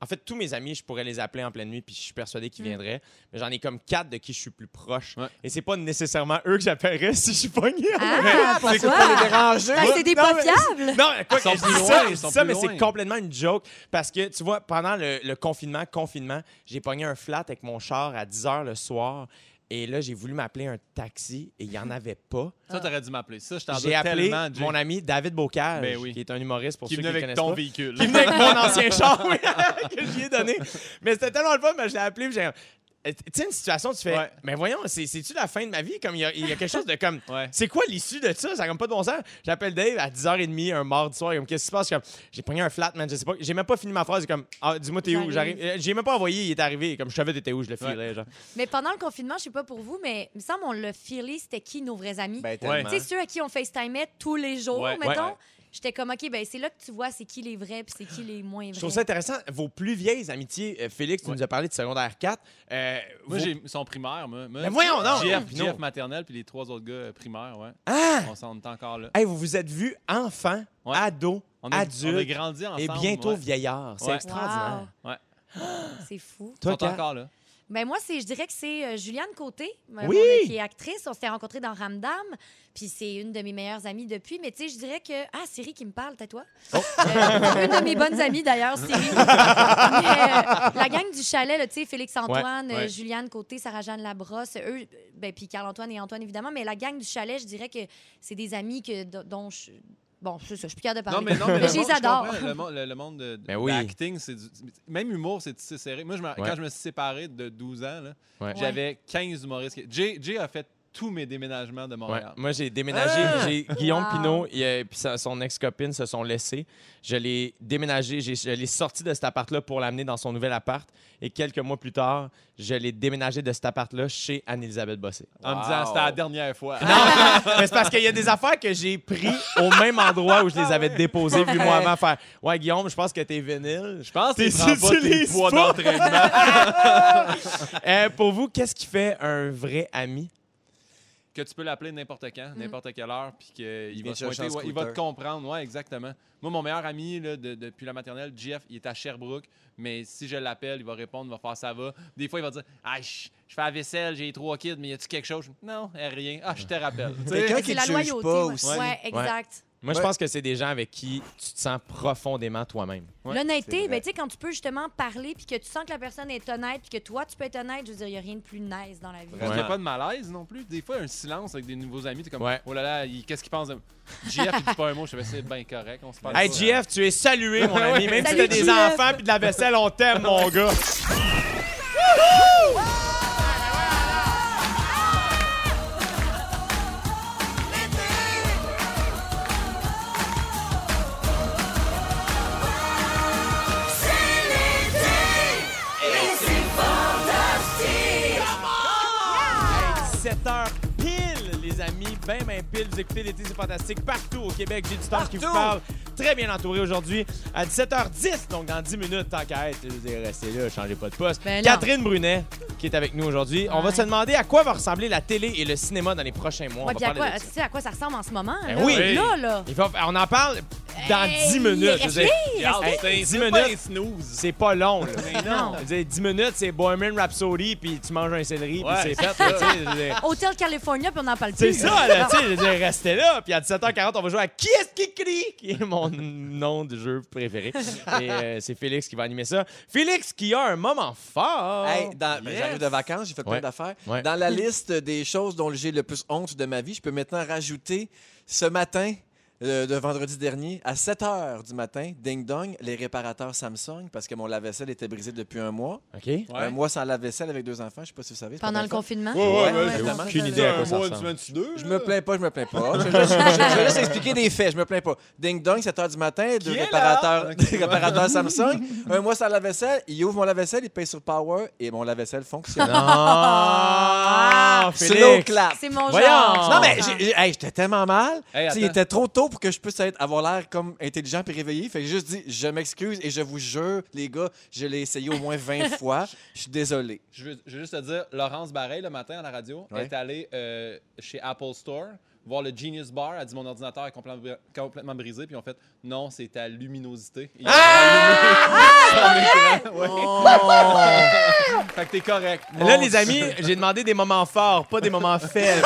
[SPEAKER 1] En fait, tous mes amis, je pourrais les appeler en pleine nuit, puis je suis persuadé qu'ils
[SPEAKER 3] Mm.
[SPEAKER 1] viendraient. Mais j'en ai comme quatre de qui je suis plus proche.
[SPEAKER 2] Ouais.
[SPEAKER 1] Et c'est pas nécessairement eux que j'appellerais si je suis pogné.
[SPEAKER 3] Ah, pourquoi? Parce que c'est des
[SPEAKER 1] Non,
[SPEAKER 3] pas
[SPEAKER 1] mais-
[SPEAKER 3] fiables!
[SPEAKER 1] Non, quoi,
[SPEAKER 2] Ils sont
[SPEAKER 1] je dis
[SPEAKER 2] plus
[SPEAKER 1] ça,
[SPEAKER 2] loin,
[SPEAKER 1] je
[SPEAKER 2] ils sont
[SPEAKER 1] dis ça,
[SPEAKER 2] plus
[SPEAKER 1] mais
[SPEAKER 2] loin.
[SPEAKER 1] c'est complètement une joke. Parce que, tu vois, pendant le, le confinement, confinement, j'ai pogné un flat avec mon char à 10 h le soir. Et là, j'ai voulu m'appeler un taxi et il n'y en avait pas.
[SPEAKER 2] Ça, t'aurais dû m'appeler. Ça, je t'en
[SPEAKER 1] J'ai
[SPEAKER 2] dois
[SPEAKER 1] appelé
[SPEAKER 2] tellement, Jay,
[SPEAKER 1] mon ami David Bocage,
[SPEAKER 2] Ben oui.
[SPEAKER 1] qui est un humoriste pour
[SPEAKER 2] qui
[SPEAKER 1] ceux
[SPEAKER 2] venait
[SPEAKER 1] qui le
[SPEAKER 2] avec
[SPEAKER 1] connaissent
[SPEAKER 2] ton
[SPEAKER 1] pas.
[SPEAKER 2] véhicule.
[SPEAKER 1] Qui venait avec mon ancien char oui, que je lui ai donné. Mais c'était tellement le fun, mais je l'ai appelé. puis j'ai- Euh, Tu sais, une situation, tu fais,
[SPEAKER 2] Ouais.
[SPEAKER 1] mais voyons, c'est- c'est-tu la fin de ma vie? Comme il y, a- il y a quelque chose de comme,
[SPEAKER 2] Ouais.
[SPEAKER 1] c'est quoi l'issue de ça? Ça n'a comme pas de bon sens. J'appelle Dave à 10h30, un mardi soir. Comme, qu'est-ce qui se passe? Je suis Comme, j'ai pogné un flat, man. Je sais pas. J'ai même pas fini ma phrase. Comme, ah, dis-moi, t'es où?
[SPEAKER 3] J'arrive.
[SPEAKER 1] J'arrive. Euh, J'ai même pas envoyé. Il est arrivé. Comme, je savais, t'étais où? Je le
[SPEAKER 2] Ouais.
[SPEAKER 1] filerais. genre.
[SPEAKER 3] Mais pendant le confinement, je sais pas pour vous, mais il me semble on l'a filé, c'était qui nos vrais amis?
[SPEAKER 4] Ben,
[SPEAKER 2] Ouais.
[SPEAKER 4] tellement.
[SPEAKER 3] Tu sais, ceux à qui on FaceTimait tous les jours,
[SPEAKER 2] Hein? Ouais,
[SPEAKER 3] mettons,
[SPEAKER 2] ouais.
[SPEAKER 3] j'étais comme, OK, ben c'est là que tu vois c'est qui les vrais puis c'est qui les moins vrais.
[SPEAKER 1] Je trouve ça intéressant. Vos plus vieilles amitiés, euh, Félix, tu
[SPEAKER 2] Ouais.
[SPEAKER 1] nous as parlé de secondaire 4. Euh,
[SPEAKER 2] Moi,
[SPEAKER 1] vos-
[SPEAKER 2] j'ai son primaire, moi. moi
[SPEAKER 1] Mais Ben voyons donc!
[SPEAKER 2] JF,
[SPEAKER 1] Pinot.
[SPEAKER 2] JF maternelle, puis les trois autres gars euh, primaires, ouais.
[SPEAKER 1] Ah!
[SPEAKER 2] On s'en est encore là.
[SPEAKER 1] Hey, vous vous êtes vus enfant,
[SPEAKER 2] Ouais.
[SPEAKER 1] ado,
[SPEAKER 2] On a, on a
[SPEAKER 1] adulte
[SPEAKER 2] grandi ensemble.
[SPEAKER 1] et bientôt
[SPEAKER 2] ouais.
[SPEAKER 1] vieillard. C'est
[SPEAKER 2] Ouais.
[SPEAKER 1] extraordinaire.
[SPEAKER 3] Wow.
[SPEAKER 2] Ouais.
[SPEAKER 3] C'est fou.
[SPEAKER 2] Ils
[SPEAKER 1] Toi,
[SPEAKER 2] sont
[SPEAKER 1] Kat?
[SPEAKER 2] encore là.
[SPEAKER 3] Ben moi, c'est, je dirais que c'est euh, Juliane Côté, euh,
[SPEAKER 1] Oui!
[SPEAKER 3] mon- qui est actrice. On s'était rencontrés dans Ramdam, puis c'est une de mes meilleures amies depuis. Mais tu sais, je dirais que... Ah, Siri qui me parle, t'as toi?
[SPEAKER 2] Oh!
[SPEAKER 3] Euh, une de mes bonnes amies, d'ailleurs, Siri. Mais, euh, la gang du chalet, là, tu sais, Félix-Antoine,
[SPEAKER 2] Ouais,
[SPEAKER 3] euh,
[SPEAKER 2] ouais.
[SPEAKER 3] Juliane Côté, Sarah-Jeanne Labrosse, eux, ben, puis Carl-Antoine et Antoine, évidemment. Mais la gang du chalet, je dirais que c'est des amis que, dont je... Bon, c'est ça, je suis plus capable de parler.
[SPEAKER 2] le
[SPEAKER 3] je
[SPEAKER 2] monde-
[SPEAKER 3] les adore.
[SPEAKER 2] comprends, Le, monde- le- le monde de, de-
[SPEAKER 1] Ben oui.
[SPEAKER 2] de l'acting, c'est du- même humour, c'est tissé serré. Moi, je me-
[SPEAKER 1] Ouais.
[SPEAKER 2] quand je me suis séparé de 12 ans, là,
[SPEAKER 1] Ouais.
[SPEAKER 2] j'avais 15 humoristes. qui- Jay, Jay a fait tous mes déménagements de
[SPEAKER 1] Ouais.
[SPEAKER 2] Montréal.
[SPEAKER 1] Moi, j'ai déménagé.
[SPEAKER 4] Ah!
[SPEAKER 1] J'ai Guillaume
[SPEAKER 3] Wow.
[SPEAKER 1] Pinault il, euh, puis sa- son ex-copine se sont laissés. Je l'ai déménagé. j'ai- Je l'ai sorti de cet appart-là pour l'amener dans son nouvel appart. Et quelques mois plus tard, je l'ai déménagé de cet appart-là chez Anne-Elisabeth Bossé.
[SPEAKER 2] En me
[SPEAKER 4] Wow.
[SPEAKER 2] disant, c'était la dernière fois.
[SPEAKER 1] Non, mais c'est parce qu'il y a des affaires que j'ai pris au même endroit où je
[SPEAKER 3] Ah
[SPEAKER 1] les avais déposées, vu moi avant faire. Ouais, Guillaume, je pense que t'es vénile.
[SPEAKER 2] Je pense que
[SPEAKER 1] T'es-
[SPEAKER 2] tu prends pas tes
[SPEAKER 1] t'utilises
[SPEAKER 2] poids
[SPEAKER 1] pas.
[SPEAKER 2] d'entraînement.
[SPEAKER 1] Euh, pour vous, qu'est-ce qui fait un vrai ami?
[SPEAKER 2] que tu peux l'appeler n'importe quand, n'importe quelle heure, puis qu'il
[SPEAKER 4] vient
[SPEAKER 2] va,
[SPEAKER 4] te
[SPEAKER 2] se
[SPEAKER 4] chercher en
[SPEAKER 2] pointer, ouais, il va te
[SPEAKER 4] scooter.
[SPEAKER 2] comprendre. Ouais, exactement. Moi, mon meilleur ami là, de- depuis la maternelle, Jeff, il est à Sherbrooke, mais si je l'appelle, il va répondre, il va faire ça va. Des fois, il va dire Ah, je je fais la vaisselle, j'ai trois kids, mais y a-tu quelque chose Non, eh, rien. Ah, je te rappelle. Tu sais,
[SPEAKER 4] Quelqu'un
[SPEAKER 3] Mais
[SPEAKER 4] qui
[SPEAKER 3] C'est
[SPEAKER 4] ne
[SPEAKER 3] la
[SPEAKER 4] juge
[SPEAKER 3] loyauté.
[SPEAKER 4] pas
[SPEAKER 3] ouais.
[SPEAKER 4] aussi.
[SPEAKER 3] Ouais, exact.
[SPEAKER 1] Moi, je
[SPEAKER 4] Ouais.
[SPEAKER 1] pense que c'est des gens avec qui tu te sens profondément toi-même.
[SPEAKER 2] Ouais,
[SPEAKER 4] c'est
[SPEAKER 3] L'honnêteté,
[SPEAKER 4] vrai.
[SPEAKER 3] ben, tu sais, quand tu peux justement parler puis que tu sens que la personne est honnête puis que toi, tu peux être honnête, je veux dire, il n'y a rien de plus nice dans la vie.
[SPEAKER 2] Il
[SPEAKER 1] Ouais.
[SPEAKER 2] n'y a pas de malaise non plus. Des fois, un silence avec des nouveaux amis, t'es comme
[SPEAKER 1] Ouais.
[SPEAKER 2] Oh là là, il- qu'est-ce qu'il pense de... Jeff, il dit pas un mot, je fais c'est bien correct, on se parle.
[SPEAKER 1] Hey,
[SPEAKER 2] pas.
[SPEAKER 1] GF, tu es salué, mon ami. Même si
[SPEAKER 3] Salut,
[SPEAKER 1] t'as des
[SPEAKER 3] GF.
[SPEAKER 1] enfants puis de la vaisselle, on t'aime, mon gars. Hey, 17h pile, les amis. Ben, ben pile. Vous écoutez l'été, c'est fantastique. Partout au Québec, j'ai du temps qui vous
[SPEAKER 4] Partout.
[SPEAKER 1] parle. Très bien entouré aujourd'hui à 17h10, donc dans 10 minutes, tant qu'à être, je veux dire, restez là, changez pas de poste.
[SPEAKER 3] Ben non.
[SPEAKER 1] Catherine Brunet, qui est avec nous aujourd'hui. On va
[SPEAKER 3] Ouais.
[SPEAKER 1] se demander à quoi va ressembler la télé et le cinéma dans les prochains mois.
[SPEAKER 3] Ouais,
[SPEAKER 1] on
[SPEAKER 3] puis
[SPEAKER 1] va
[SPEAKER 3] à
[SPEAKER 1] parler
[SPEAKER 3] quoi,
[SPEAKER 1] de
[SPEAKER 3] tu
[SPEAKER 1] ça.
[SPEAKER 3] sais à quoi ça ressemble en ce moment?
[SPEAKER 1] Ben
[SPEAKER 3] là?
[SPEAKER 1] oui.
[SPEAKER 3] Là, là.
[SPEAKER 1] Il va- on en parle dans
[SPEAKER 3] Hey,
[SPEAKER 1] 10 minutes. je veux
[SPEAKER 3] restez,
[SPEAKER 1] dire.
[SPEAKER 2] Regarde,
[SPEAKER 1] Hey,
[SPEAKER 2] c'est un-
[SPEAKER 1] 10
[SPEAKER 2] c'est
[SPEAKER 1] minutes.
[SPEAKER 2] pas un snooze.
[SPEAKER 1] C'est pas long, là.
[SPEAKER 3] Non.
[SPEAKER 1] Je veux dire, 10 minutes, c'est Bohemian Rhapsody, puis tu manges un céleri,
[SPEAKER 2] Ouais,
[SPEAKER 1] puis c'est
[SPEAKER 2] c'est
[SPEAKER 1] fait. là, tu sais, je veux dire.
[SPEAKER 3] Hôtel California, puis on n'en parle
[SPEAKER 1] C'est
[SPEAKER 3] plus.
[SPEAKER 1] ça, là, tu sais, je veux dire, restez là. Puis à 17h40, on va jouer à Qui est-ce qui crie? Qui est mon nom de jeu préféré. Et euh, c'est Félix qui va animer ça. Félix qui a un moment fort.
[SPEAKER 4] Hey, dans-
[SPEAKER 2] Oh,
[SPEAKER 4] ben,
[SPEAKER 2] Yes.
[SPEAKER 4] J'arrive de vacances, j'ai fait
[SPEAKER 1] Ouais.
[SPEAKER 4] plein d'affaires.
[SPEAKER 1] Ouais.
[SPEAKER 4] Dans la liste des choses dont j'ai le plus honte de ma vie, je peux maintenant rajouter ce matin. euh, de vendredi dernier, à 7 h du matin, ding dong, les réparateurs Samsung, parce que mon lave-vaisselle était brisé depuis un mois.
[SPEAKER 1] OK.
[SPEAKER 2] Ouais.
[SPEAKER 4] Un mois sans lave-vaisselle avec deux enfants, je sais pas si vous savez. c'est
[SPEAKER 3] Pendant
[SPEAKER 4] pas
[SPEAKER 3] le
[SPEAKER 4] bien
[SPEAKER 3] confinement.
[SPEAKER 2] Ouais, ouais,
[SPEAKER 4] Ouais,
[SPEAKER 2] ouais,
[SPEAKER 4] évidemment.
[SPEAKER 1] Aucune idée à quoi ça
[SPEAKER 2] Un mois,
[SPEAKER 1] ressemble.
[SPEAKER 2] une semaine sur deux,
[SPEAKER 4] fait. Je me
[SPEAKER 2] là.
[SPEAKER 4] plains pas, je me plains pas. Je, je- je- je vais juste expliquer des faits, je me plains pas. Ding dong, 7 h du matin, deux
[SPEAKER 2] est là?
[SPEAKER 4] réparateurs,
[SPEAKER 2] Ok,
[SPEAKER 4] des
[SPEAKER 2] ouais.
[SPEAKER 4] réparateurs Samsung, un mois sans lave-vaisselle, ils ouvrent mon lave-vaisselle, ils payent sur Power et mon lave-vaisselle fonctionne.
[SPEAKER 2] Ah,
[SPEAKER 4] Ah,
[SPEAKER 1] Non, Ah, Félix.
[SPEAKER 4] Slow clap.
[SPEAKER 3] C'est mon
[SPEAKER 1] Voyons.
[SPEAKER 3] genre.
[SPEAKER 4] Non, mais j'ai- j'ai- hey, j'étais tellement mal.
[SPEAKER 2] Hey,
[SPEAKER 4] Tu sais, il
[SPEAKER 2] attends.
[SPEAKER 4] était trop tôt pour que je puisse être, avoir l'air comme intelligent puis réveillé. Fait que j'ai juste dit, je m'excuse et je vous jure, les gars, je l'ai essayé au moins 20 fois. Je suis désolé.
[SPEAKER 2] Je veux, je veux juste te dire, Laurence Barreil, le matin à la radio,
[SPEAKER 4] Ouais.
[SPEAKER 2] est allée euh, chez Apple Store voir le Genius Bar. Elle dit Mon ordinateur est complètement, bri- complètement brisé. Puis en fait, non, c'est ta luminosité. Et ils
[SPEAKER 1] Ah!
[SPEAKER 2] ont allumé son écran. Ouais.
[SPEAKER 1] Oh.
[SPEAKER 2] Fait que t'es correct.
[SPEAKER 1] Là,
[SPEAKER 4] Mon
[SPEAKER 1] les amis, j'ai demandé des moments forts, pas des moments faibles.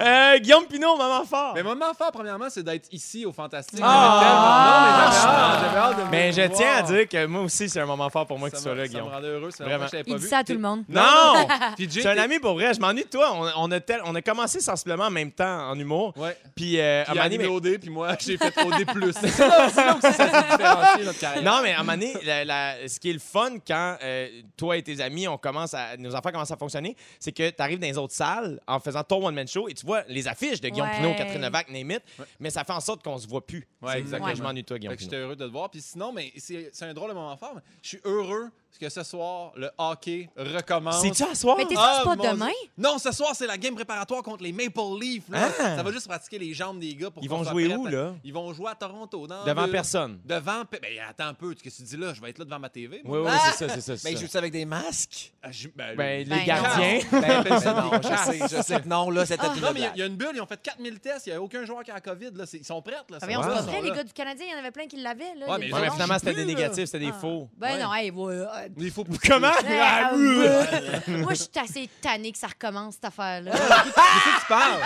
[SPEAKER 1] Euh, Guillaume Pinot, moment fort.
[SPEAKER 2] Mais mon moment fort, premièrement, c'est d'être ici au Fantastique.
[SPEAKER 1] Ah!
[SPEAKER 2] J'avais tellement- Non, mais j'avais hâte, j'avais hâte de vous
[SPEAKER 1] Mais je
[SPEAKER 2] voir.
[SPEAKER 1] tiens à dire que moi aussi, c'est un moment fort pour moi que
[SPEAKER 2] Ça
[SPEAKER 1] tu sois
[SPEAKER 2] me-
[SPEAKER 1] là,
[SPEAKER 2] ça me
[SPEAKER 1] Guillaume.
[SPEAKER 2] rendait heureux. C'est
[SPEAKER 1] Vraiment.
[SPEAKER 2] vraiment.
[SPEAKER 3] Il dit ça à tout le monde.
[SPEAKER 1] Non!
[SPEAKER 2] Puis Jay,
[SPEAKER 1] C'est un
[SPEAKER 2] t'es-
[SPEAKER 1] ami pour vrai, je m'ennuie de toi. On, on a tel- on a commencé sensiblement en même temps en humour.
[SPEAKER 2] Ouais.
[SPEAKER 1] Puis, euh, à un
[SPEAKER 2] Puis
[SPEAKER 1] moment donné,
[SPEAKER 2] animé
[SPEAKER 1] mais-
[SPEAKER 2] OD, puis moi, j'ai fait OD+. C'est là c'est là où ça s'est différencié, notre carrière.
[SPEAKER 1] Non, mais à un moment donné, la- la- ce qui est le fun quand euh, toi et tes amis, on commence à, nos affaires commencent à fonctionner, c'est que tu arrives dans les autres salles en faisant ton one-man show et tu vois les affiches de Guillaume
[SPEAKER 3] Ouais.
[SPEAKER 1] Pinot, Catherine Levac, Name It, mais ça fait en sorte qu'on se voit plus.
[SPEAKER 2] Ouais,
[SPEAKER 1] C'est-
[SPEAKER 2] exactement.
[SPEAKER 1] Je m'ennuie de toi, Guillaume
[SPEAKER 2] Fait que j'étais
[SPEAKER 1] Pinot.
[SPEAKER 2] heureux de te voir. Puis sinon, mais c'est c'est un drôle de moment fort. mais Je suis heureux que ce soir, le hockey recommence.
[SPEAKER 1] C'est-tu à soir?
[SPEAKER 3] Mais t'es sûr
[SPEAKER 2] Ah,
[SPEAKER 3] que c'est pas
[SPEAKER 2] mon
[SPEAKER 3] demain?
[SPEAKER 2] Dieu. Non, ce soir, c'est la game préparatoire contre les Maple Leafs. là.
[SPEAKER 1] Ah!
[SPEAKER 2] Ça va juste pratiquer les jambes des gars pour
[SPEAKER 1] Ils
[SPEAKER 2] qu'on
[SPEAKER 1] vont
[SPEAKER 2] soit
[SPEAKER 1] jouer
[SPEAKER 2] prêts
[SPEAKER 1] où,
[SPEAKER 2] à-
[SPEAKER 1] là?
[SPEAKER 2] Ils vont jouer à Toronto. dans
[SPEAKER 1] Devant
[SPEAKER 2] le-
[SPEAKER 1] personne.
[SPEAKER 2] Devant. pe- Ben, attends un peu. Qu'est-ce que tu dis là? Je vais être là devant ma TV. moi.
[SPEAKER 1] Oui, oui,
[SPEAKER 4] Ah!
[SPEAKER 1] c'est ça, c'est ça. c'est
[SPEAKER 2] Ben,
[SPEAKER 4] Mais
[SPEAKER 1] ça.
[SPEAKER 4] je joue avec des masques.
[SPEAKER 2] Ah, je- Ben,
[SPEAKER 1] Ben,
[SPEAKER 3] Ben
[SPEAKER 1] les
[SPEAKER 3] non.
[SPEAKER 1] gardiens.
[SPEAKER 2] Ben, ben,
[SPEAKER 4] Mais
[SPEAKER 2] ça,
[SPEAKER 4] non,
[SPEAKER 2] des
[SPEAKER 4] je
[SPEAKER 2] cartes.
[SPEAKER 4] sais, je sais. que Non, là, c'était une
[SPEAKER 2] Ah, Non, mais il y a-
[SPEAKER 4] blague.
[SPEAKER 2] il y, a une bulle. Ils ont fait 4000 tests. Il n'y a aucun joueur qui a la COVID. Là. C'est- Ils sont prêts. Là.
[SPEAKER 3] Ah, voyons,
[SPEAKER 1] Wow.
[SPEAKER 3] c'est pas
[SPEAKER 2] Ils sont
[SPEAKER 3] vrai, les
[SPEAKER 2] là.
[SPEAKER 3] gars du Canadien, il y en avait plein qui l'avaient. là.
[SPEAKER 2] Ouais,
[SPEAKER 3] Il y a
[SPEAKER 2] mais
[SPEAKER 1] Ouais,
[SPEAKER 3] des
[SPEAKER 1] mais
[SPEAKER 2] Non,
[SPEAKER 3] gens-
[SPEAKER 1] finalement, c'était des
[SPEAKER 2] plus, là.
[SPEAKER 1] négatifs, c'était des
[SPEAKER 3] Ah.
[SPEAKER 1] faux.
[SPEAKER 3] Ben
[SPEAKER 2] Ouais.
[SPEAKER 3] non, hey, voilà.
[SPEAKER 2] Il faut
[SPEAKER 1] Comment?
[SPEAKER 3] Ouais,
[SPEAKER 1] Ah,
[SPEAKER 3] ah,
[SPEAKER 1] oui.
[SPEAKER 3] ouais. Moi, je suis assez tannée que ça recommence, cette affaire-là.
[SPEAKER 2] tu parles.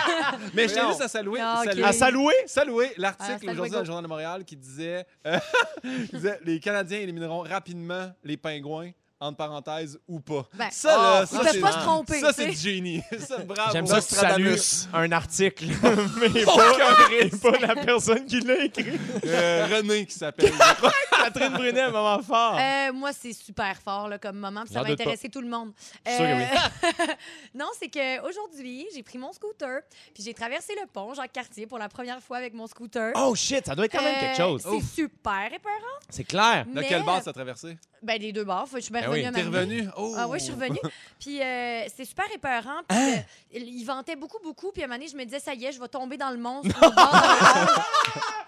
[SPEAKER 2] Mais je t'ai
[SPEAKER 4] Voyons.
[SPEAKER 2] juste à saluer.
[SPEAKER 3] Ah, ok.
[SPEAKER 2] saluer.
[SPEAKER 1] À saluer?
[SPEAKER 2] Saluer
[SPEAKER 3] Ah,
[SPEAKER 2] l'article
[SPEAKER 3] saluer
[SPEAKER 2] aujourd'hui
[SPEAKER 3] go.
[SPEAKER 2] dans le Journal de Montréal qui disait, euh, qui disait, Les Canadiens élimineront rapidement les pingouins, entre parenthèses, ou pas.
[SPEAKER 3] Ben,
[SPEAKER 2] ça, là,
[SPEAKER 3] Ils
[SPEAKER 2] ça,
[SPEAKER 3] peuvent
[SPEAKER 2] c'est-
[SPEAKER 3] pas se tromper.
[SPEAKER 2] Ça,
[SPEAKER 3] tu sais.
[SPEAKER 2] c'est du génie. ça, bravo.
[SPEAKER 1] J'aime ça que tu salues
[SPEAKER 4] Nostradamus.
[SPEAKER 1] un article, mais pas, et pas la personne qui l'a écrit.
[SPEAKER 2] Euh, René qui s'appelle.
[SPEAKER 1] Catherine Brunet, moment fort.
[SPEAKER 3] Euh, moi, c'est super fort là, comme moment, puis ça
[SPEAKER 1] Ah. J'en
[SPEAKER 3] va
[SPEAKER 1] doute pas.
[SPEAKER 3] intéresser tout le monde.
[SPEAKER 1] Je suis sûr que
[SPEAKER 3] Euh, non, c'est que aujourd'hui, j'ai pris mon scooter, puis j'ai traversé le pont Jacques-Cartier pour la première fois avec mon scooter.
[SPEAKER 1] Oh shit, ça doit être quand même quelque
[SPEAKER 3] Euh,
[SPEAKER 1] chose.
[SPEAKER 3] C'est super épeurant.
[SPEAKER 1] C'est clair.
[SPEAKER 2] De
[SPEAKER 3] mais-
[SPEAKER 2] quelle base t'as traversé?
[SPEAKER 3] Ben, les deux bords. Faut- Je suis bien
[SPEAKER 1] Ben
[SPEAKER 3] revenue
[SPEAKER 1] oui,
[SPEAKER 3] à ma
[SPEAKER 2] T'es
[SPEAKER 3] vie.
[SPEAKER 2] revenu? Oh!
[SPEAKER 3] Ah oui, je suis revenue. Puis euh, c'était super épeurant. Puis,
[SPEAKER 2] Hein?
[SPEAKER 3] euh, il il ventait beaucoup, beaucoup. Puis à un moment donné, je me disais, ça y est, je vais tomber dans le monstre.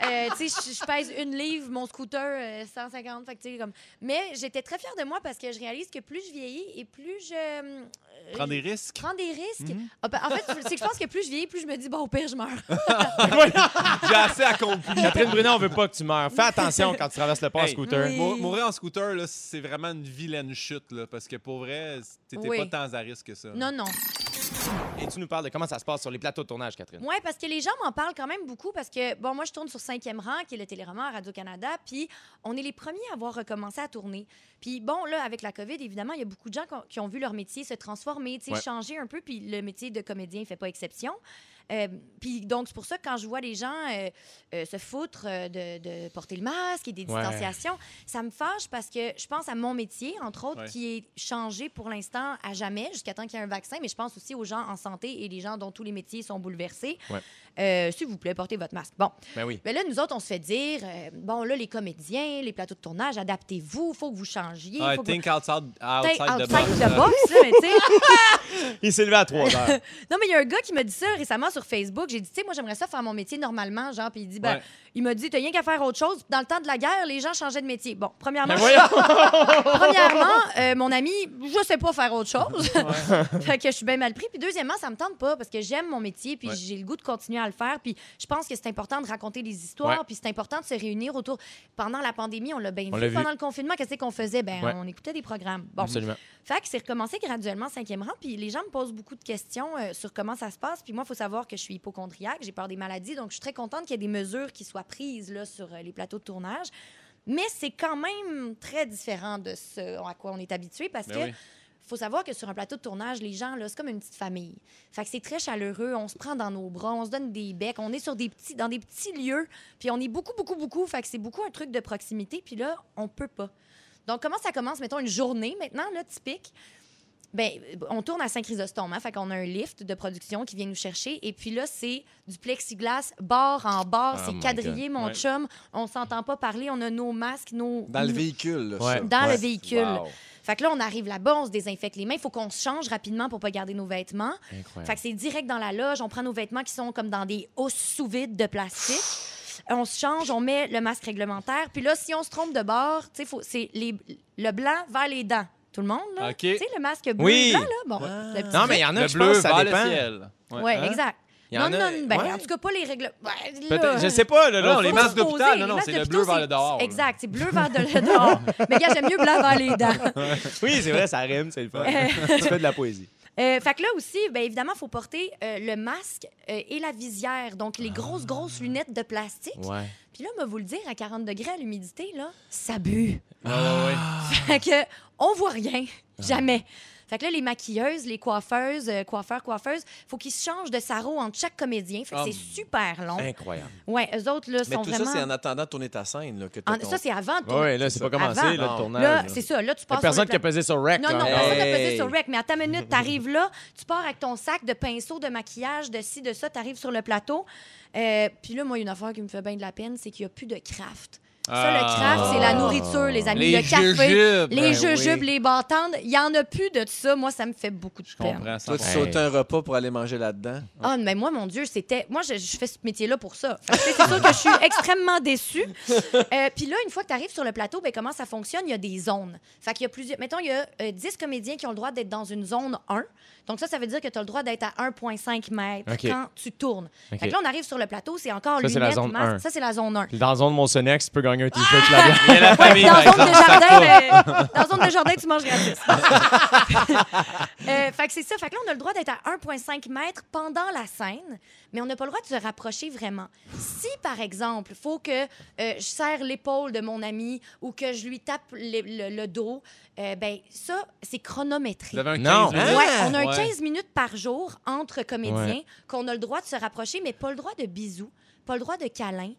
[SPEAKER 3] Euh, tu sais, je- je pèse une livre, mon scooter, euh, 150. Fait que, tu sais, comme... Mais j'étais très fière de moi parce que je réalise que plus je vieillis et plus je. hum, euh,
[SPEAKER 2] Prends des Mhm. risques.
[SPEAKER 3] prends des risques. Ah, ben, En fait, c'est que je pense que plus je vieillis, plus je me dis, bon, au pire, je meurs. Ah.
[SPEAKER 2] J'ai assez accompli.
[SPEAKER 1] Catherine Brunet, on veut pas que tu meurs. Fais attention quand tu traverses le pont en
[SPEAKER 2] Hey.
[SPEAKER 1] scooter.
[SPEAKER 3] Oui.
[SPEAKER 2] Mou- Mourir en scooter, là, c'est vraiment une vilaine chute, là, parce que pour vrai, t'étais
[SPEAKER 3] Oui.
[SPEAKER 2] pas tant à risque que ça.
[SPEAKER 3] Non, non.
[SPEAKER 1] Et tu nous parles de comment ça se passe sur les plateaux de tournage, Catherine.
[SPEAKER 3] Oui, parce que les gens m'en parlent quand même beaucoup parce que, bon, moi, je tourne sur 5e rang, qui est le téléroman à Radio-Canada, puis on est les premiers à avoir recommencé à tourner. Puis bon, là, avec la COVID, évidemment, il y a beaucoup de gens qui ont, qui ont vu leur métier se transformer, tu sais,
[SPEAKER 1] Ouais.
[SPEAKER 3] changer un peu, puis le métier de comédien ne fait pas exception. Euh, puis donc, c'est pour ça que quand je vois les gens euh, euh, se foutre euh, de, de porter le masque et des
[SPEAKER 1] Ouais.
[SPEAKER 3] distanciations, ça me fâche parce que je pense à mon métier, entre autres,
[SPEAKER 2] Ouais.
[SPEAKER 3] qui est changé pour l'instant à jamais, jusqu'à temps qu'il y ait un vaccin, mais je pense aussi aux gens en santé et les gens dont tous les métiers sont bouleversés.
[SPEAKER 1] Ouais.
[SPEAKER 3] Euh, S'il vous plaît, portez votre masque. Bon,
[SPEAKER 1] Ben oui.
[SPEAKER 3] mais là, nous autres, on se fait dire, euh, bon, là, les comédiens, les plateaux de tournage, adaptez-vous, faut que vous changiez.
[SPEAKER 2] Ah,
[SPEAKER 3] faut que vous-
[SPEAKER 2] think outside, outside,
[SPEAKER 3] Think outside
[SPEAKER 2] the box.
[SPEAKER 3] the box, là, mais tu sais.
[SPEAKER 1] Il s'est levé à 3 heures.
[SPEAKER 3] Non, mais il y a un gars qui m'a dit ça récemment sur Facebook. J'ai dit, tu sais, moi, j'aimerais ça faire mon métier normalement, genre. Puis il dit, ben,
[SPEAKER 2] Ouais.
[SPEAKER 3] il m'a dit, t'as rien qu'à faire autre chose. Dans le temps de la guerre, les gens changeaient de métier. Bon, premièrement,
[SPEAKER 1] Ben voyons.
[SPEAKER 3] premièrement euh, mon ami, je sais pas faire autre chose. fait que je suis bien mal pris. Puis deuxièmement, ça me tente pas parce que j'aime mon métier, puis
[SPEAKER 2] Ouais.
[SPEAKER 3] j'ai le goût de continuer à le faire. Puis je pense que c'est important de raconter des histoires,
[SPEAKER 1] Ouais.
[SPEAKER 3] puis c'est important de se réunir autour. Pendant la pandémie, on l'a bien
[SPEAKER 1] On
[SPEAKER 3] vu.
[SPEAKER 1] l'a vu.
[SPEAKER 3] Pendant le confinement, qu'est-ce qu'on faisait? Ben,
[SPEAKER 1] Ouais.
[SPEAKER 3] on écoutait des programmes. Bon.
[SPEAKER 1] Absolument.
[SPEAKER 3] Fait que c'est recommencé graduellement, cinquième rang. Puis les gens me posent beaucoup de questions euh, sur comment ça se passe. Puis moi, il faut savoir que je suis hypochondriaque, j'ai peur des maladies. Donc, je suis très contente qu'il y ait des mesures qui soient prises là, sur euh, les plateaux de tournage. Mais c'est quand même très différent de ce à quoi on est habitué parce
[SPEAKER 2] Ben
[SPEAKER 3] que
[SPEAKER 2] oui.
[SPEAKER 3] faut savoir que sur un plateau de tournage, les gens, là, c'est comme une petite famille. Fait que c'est très chaleureux. On se prend dans nos bras, on se donne des becs, on est sur des petits, dans des petits lieux, puis on est beaucoup, beaucoup, beaucoup. Fait que c'est beaucoup un truc de proximité, puis là, on peut pas. Donc, comment ça commence, mettons, une journée maintenant, là, typique? Ben, on tourne à Saint-Chrysostome, hein, fait qu'on a un lift de production qui vient nous chercher, et puis là, c'est du plexiglas, bord en bord,
[SPEAKER 1] Oh
[SPEAKER 3] c'est
[SPEAKER 1] my
[SPEAKER 3] quadrillé, mon
[SPEAKER 2] Ouais.
[SPEAKER 3] chum, on s'entend pas parler, on a nos masques, nos...
[SPEAKER 4] Dans le véhicule, là,
[SPEAKER 1] Ouais.
[SPEAKER 4] ça.
[SPEAKER 3] Dans le
[SPEAKER 4] Ouais.
[SPEAKER 3] véhicule.
[SPEAKER 4] Wow.
[SPEAKER 3] Fait que là, on arrive là-bas, on se désinfecte les mains. Il faut qu'on se change rapidement pour pas garder nos vêtements. Fait
[SPEAKER 1] Incroyable.
[SPEAKER 3] que c'est direct dans la loge. On prend nos vêtements qui sont comme dans des hausses sous vide de plastique. On se change, on met le masque réglementaire. Puis là, si on se trompe de bord, tu sais, faut- c'est les- le blanc vers les dents. Tout le monde, là?
[SPEAKER 2] OK.
[SPEAKER 3] Tu sais, le masque bleu
[SPEAKER 1] Ah, Oui.
[SPEAKER 3] et blanc, là? Bon, le petit
[SPEAKER 1] Non, mais il y
[SPEAKER 3] truc.
[SPEAKER 1] en a,
[SPEAKER 2] Le
[SPEAKER 1] je pense
[SPEAKER 2] bleu
[SPEAKER 1] que ça
[SPEAKER 2] vers le
[SPEAKER 1] dépend.
[SPEAKER 2] ciel. Ouais.
[SPEAKER 3] Ouais,
[SPEAKER 2] Hein?
[SPEAKER 3] exact.
[SPEAKER 1] Il y
[SPEAKER 3] non,
[SPEAKER 1] en a-
[SPEAKER 3] non, ben,
[SPEAKER 1] ouais.
[SPEAKER 3] en tout cas, pas les règlements. Ouais, là.
[SPEAKER 1] Peut-être- Je sais pas, là. là,
[SPEAKER 2] Non,
[SPEAKER 1] on sait
[SPEAKER 2] les
[SPEAKER 3] Faut
[SPEAKER 1] pas.
[SPEAKER 2] masques
[SPEAKER 3] se poser,
[SPEAKER 2] d'hôpital, non,
[SPEAKER 3] les
[SPEAKER 2] non,
[SPEAKER 3] masques
[SPEAKER 2] c'est le
[SPEAKER 3] d'hôpital,
[SPEAKER 2] bleu vers le dehors, là.
[SPEAKER 3] Exact, c'est bleu vers de- le dehors. Mais gars, j'aime mieux blanc vers les dents.
[SPEAKER 1] Oui, c'est vrai, ça rime, c'est le fun. tu fais de la poésie.
[SPEAKER 3] Euh, fait que là aussi, ben évidemment, il faut porter euh, le masque euh, et la visière, donc les grosses, grosses lunettes de plastique.
[SPEAKER 1] Ouais.
[SPEAKER 3] Puis là, me vous le dire, à 40 degrés, à l'humidité, là, ça bue.
[SPEAKER 2] Ah, ouais,
[SPEAKER 3] Fait
[SPEAKER 2] ouais.
[SPEAKER 3] que on voit rien,
[SPEAKER 2] Ah.
[SPEAKER 3] jamais. Fait que là, les maquilleuses, les coiffeuses, euh, coiffeurs, coiffeuses, faut qu'ils se changent de sarrau entre chaque comédien. Fait que
[SPEAKER 2] Ah,
[SPEAKER 3] c'est super long.
[SPEAKER 1] Incroyable.
[SPEAKER 3] Ouais, eux autres, là,
[SPEAKER 4] Mais
[SPEAKER 3] sont
[SPEAKER 4] tout
[SPEAKER 3] vraiment...
[SPEAKER 4] ça, c'est en attendant de tourner ta scène. Là, que t'as
[SPEAKER 3] en-
[SPEAKER 4] ton-
[SPEAKER 3] Ça, c'est avant de
[SPEAKER 1] Ouais,
[SPEAKER 3] tourner.
[SPEAKER 1] ouais, là, c'est pas
[SPEAKER 4] C'est ça.
[SPEAKER 1] commencé,
[SPEAKER 3] Avant.
[SPEAKER 1] là,
[SPEAKER 4] Là,
[SPEAKER 1] le tournage.
[SPEAKER 3] Là,
[SPEAKER 1] là.
[SPEAKER 3] c'est ça. Là, tu
[SPEAKER 1] Y a
[SPEAKER 3] passes sur
[SPEAKER 1] personne
[SPEAKER 3] le
[SPEAKER 1] qui a
[SPEAKER 3] pla-
[SPEAKER 1] pesé sur Rec.
[SPEAKER 3] Non, non,
[SPEAKER 1] là. Euh,
[SPEAKER 3] personne n'a
[SPEAKER 4] Hey.
[SPEAKER 3] pesé sur Rec, mais à ta minute, t'arrives là, tu pars avec ton sac de pinceaux, de maquillage, de ci, de ça, t'arrives sur le plateau. Euh, Puis là, moi, il y a une affaire qui me fait bien de la peine, c'est qu'il n'y a plus de craft. Ça, le craft, c'est la nourriture, les amis,
[SPEAKER 2] Ah. Les
[SPEAKER 3] le café,
[SPEAKER 2] jujubes.
[SPEAKER 3] les
[SPEAKER 2] Ben
[SPEAKER 3] jujubes,
[SPEAKER 2] oui.
[SPEAKER 3] les bâtandes. Il n'y en a plus de ça. Moi, ça me fait beaucoup de
[SPEAKER 2] Je
[SPEAKER 3] peine.
[SPEAKER 2] comprends ça.
[SPEAKER 4] Toi, tu
[SPEAKER 1] Hey.
[SPEAKER 4] sautes un repas pour aller manger là-dedans.
[SPEAKER 3] Ah, mais moi, mon Dieu, c'était. Moi, je, je fais ce métier-là pour ça. Fait que, tu sais, C'est sûr que je suis extrêmement déçue. Euh, Puis là, une fois que tu arrives sur le plateau, ben, comment ça fonctionne? Il y a des zones. Fait qu'il y a plusieurs. Mettons, il y a euh, 10 comédiens qui ont le droit d'être dans une zone 1. Donc, ça, ça veut dire que tu as le droit d'être à 1,5 mètre
[SPEAKER 1] OK.
[SPEAKER 3] quand tu tournes.
[SPEAKER 1] OK.
[SPEAKER 3] Fait que là, on arrive sur le plateau, c'est encore
[SPEAKER 1] Ça, c'est la
[SPEAKER 3] lunettes,
[SPEAKER 1] zone
[SPEAKER 3] masque.
[SPEAKER 1] 1.
[SPEAKER 3] Ça, c'est la zone 1.
[SPEAKER 1] Puis Dans la zone de mon Sonex, tu peux gagner un t-shirt là-bas.
[SPEAKER 2] Il y a la famille,
[SPEAKER 3] Dans
[SPEAKER 2] par
[SPEAKER 3] zone de
[SPEAKER 2] exemple.
[SPEAKER 3] jardin, euh, dans zone de jardin, tu manges gratis. Euh, fait que c'est ça. Fait que là, on a le droit d'être à 1,5 mètre pendant la scène, mais on n'a pas le droit de se rapprocher vraiment. Si, par exemple, il faut que euh, je serre l'épaule de mon ami ou que je lui tape le, le- le dos, euh, ben ça, c'est chronométré.
[SPEAKER 2] Vous avez un
[SPEAKER 1] Non.
[SPEAKER 2] 15
[SPEAKER 1] Hein?
[SPEAKER 2] minutes.
[SPEAKER 3] Ouais, on a un
[SPEAKER 2] Ouais.
[SPEAKER 3] 15 minutes par jour entre comédiens
[SPEAKER 1] Ouais.
[SPEAKER 3] qu'on a le droit de se rapprocher, mais pas le droit de bisous, pas le droit de câlins.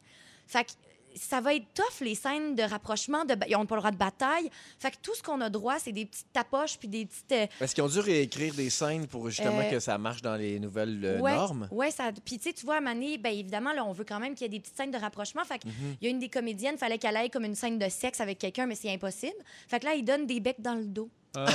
[SPEAKER 3] Fait que ça va être tough, les scènes de rapprochement. De ba- Ils n'ont pas le droit de bataille. Fait que tout ce qu'on a droit, c'est des petites tapoches puis des petites. euh,
[SPEAKER 4] Est-ce qu'ils ont dû réécrire des scènes pour justement
[SPEAKER 3] Euh,
[SPEAKER 4] que ça marche dans les nouvelles euh,
[SPEAKER 3] ouais,
[SPEAKER 4] normes?
[SPEAKER 3] Ouais, ça. Puis tu sais, tu vois, à Mané, ben évidemment, là, on veut quand même qu'il y ait des petites scènes de rapprochement. Fait que il y a une des comédiennes, fallait qu'elle aille comme une scène de sexe avec quelqu'un, mais c'est impossible. Fait que là, il donne des becs dans le dos.
[SPEAKER 2] Ah,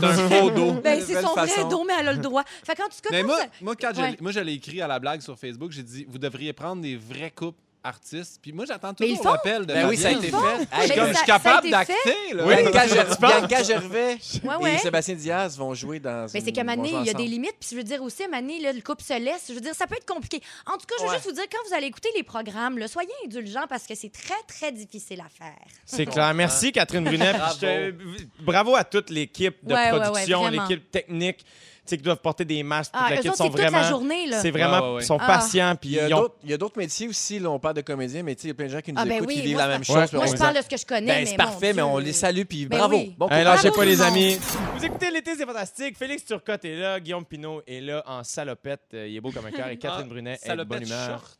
[SPEAKER 2] c'est un faux dos.
[SPEAKER 3] Ben,
[SPEAKER 4] Une
[SPEAKER 3] c'est
[SPEAKER 4] belle
[SPEAKER 3] son
[SPEAKER 4] façon.
[SPEAKER 3] vrai dos, mais elle a le droit. Fait qu'en tout cas,
[SPEAKER 2] Mais
[SPEAKER 3] quand
[SPEAKER 2] moi,
[SPEAKER 3] ça-
[SPEAKER 2] moi, quand je
[SPEAKER 3] Ouais.
[SPEAKER 2] l'ai- moi, je l'ai écrit à la blague sur Facebook, j'ai dit vous devriez prendre des vrais couples artistes. Puis moi, j'attends
[SPEAKER 3] Mais ils
[SPEAKER 2] toujours
[SPEAKER 3] font.
[SPEAKER 2] l'appel de
[SPEAKER 4] Ben
[SPEAKER 2] ma
[SPEAKER 4] oui, ça a
[SPEAKER 2] vie.
[SPEAKER 4] été
[SPEAKER 3] Ils font.
[SPEAKER 4] fait.
[SPEAKER 2] Je suis
[SPEAKER 3] Mais ça-
[SPEAKER 2] comme, je suis
[SPEAKER 3] ça a
[SPEAKER 2] capable
[SPEAKER 3] été fait.
[SPEAKER 2] d'acter. là.
[SPEAKER 4] Bianca, Ger-
[SPEAKER 1] Tu penses?
[SPEAKER 4] Bianca Gervais
[SPEAKER 3] Ouais,
[SPEAKER 4] et
[SPEAKER 3] ouais.
[SPEAKER 4] Sébastien Diaz vont jouer dans.
[SPEAKER 3] Mais c'est
[SPEAKER 4] une-
[SPEAKER 3] qu'à
[SPEAKER 4] vont
[SPEAKER 3] Mané,
[SPEAKER 4] jouer
[SPEAKER 3] il y a
[SPEAKER 4] ensemble.
[SPEAKER 3] des limites. Puis je veux dire aussi, à Mané, là, le couple se laisse. Je veux dire, ça peut être compliqué. En tout cas, je veux
[SPEAKER 4] Ouais.
[SPEAKER 3] juste vous dire, quand vous allez écouter les programmes, là, soyez indulgents parce que c'est très, très difficile à faire.
[SPEAKER 1] C'est clair. Merci, Catherine Brunet. Puis
[SPEAKER 4] Bravo.
[SPEAKER 1] je te- Bravo à toute l'équipe de
[SPEAKER 3] Ouais, ouais, ouais,
[SPEAKER 1] production,
[SPEAKER 3] vraiment.
[SPEAKER 1] l'équipe technique, tu sais, qui doivent porter des masques. toute
[SPEAKER 3] Ah, eux
[SPEAKER 1] l'équipe
[SPEAKER 3] autres,
[SPEAKER 1] sont
[SPEAKER 3] c'est toute la
[SPEAKER 1] vraiment.
[SPEAKER 3] journée, là.
[SPEAKER 1] C'est vraiment.
[SPEAKER 2] Ouais, ouais, ouais.
[SPEAKER 1] Ils sont
[SPEAKER 3] Ah.
[SPEAKER 1] patients. Puis
[SPEAKER 4] Il y a
[SPEAKER 1] ils ont-
[SPEAKER 4] d'autres- il y a d'autres métiers aussi, là, on parle de comédiens, mais tu sais, il y a plein de gens qui nous
[SPEAKER 3] Ah, ben
[SPEAKER 4] écoutent qui
[SPEAKER 3] oui.
[SPEAKER 4] vivent
[SPEAKER 3] Moi,
[SPEAKER 4] la même
[SPEAKER 3] je-
[SPEAKER 4] chose. puis
[SPEAKER 3] moi,
[SPEAKER 4] on
[SPEAKER 3] je
[SPEAKER 4] dit-
[SPEAKER 3] parle de ce que je connais.
[SPEAKER 4] Ben, c'est
[SPEAKER 3] mais
[SPEAKER 4] parfait, mais
[SPEAKER 3] mon Dieu.
[SPEAKER 4] on les salue, puis
[SPEAKER 3] Ben
[SPEAKER 4] bravo.
[SPEAKER 3] oui.
[SPEAKER 4] Bon
[SPEAKER 1] Hey,
[SPEAKER 4] courage.
[SPEAKER 1] lâchez
[SPEAKER 3] Bravo,
[SPEAKER 1] pas, les
[SPEAKER 3] tout le
[SPEAKER 1] amis. Vous écoutez l'été, c'est fantastique. Félix Turcotte est là, Guillaume Pinot est là en salopette. euh, Il est beau comme un cœur. Et Catherine
[SPEAKER 2] Ah,
[SPEAKER 1] Brunet est de
[SPEAKER 2] salopette
[SPEAKER 1] bonne humeur.
[SPEAKER 2] short.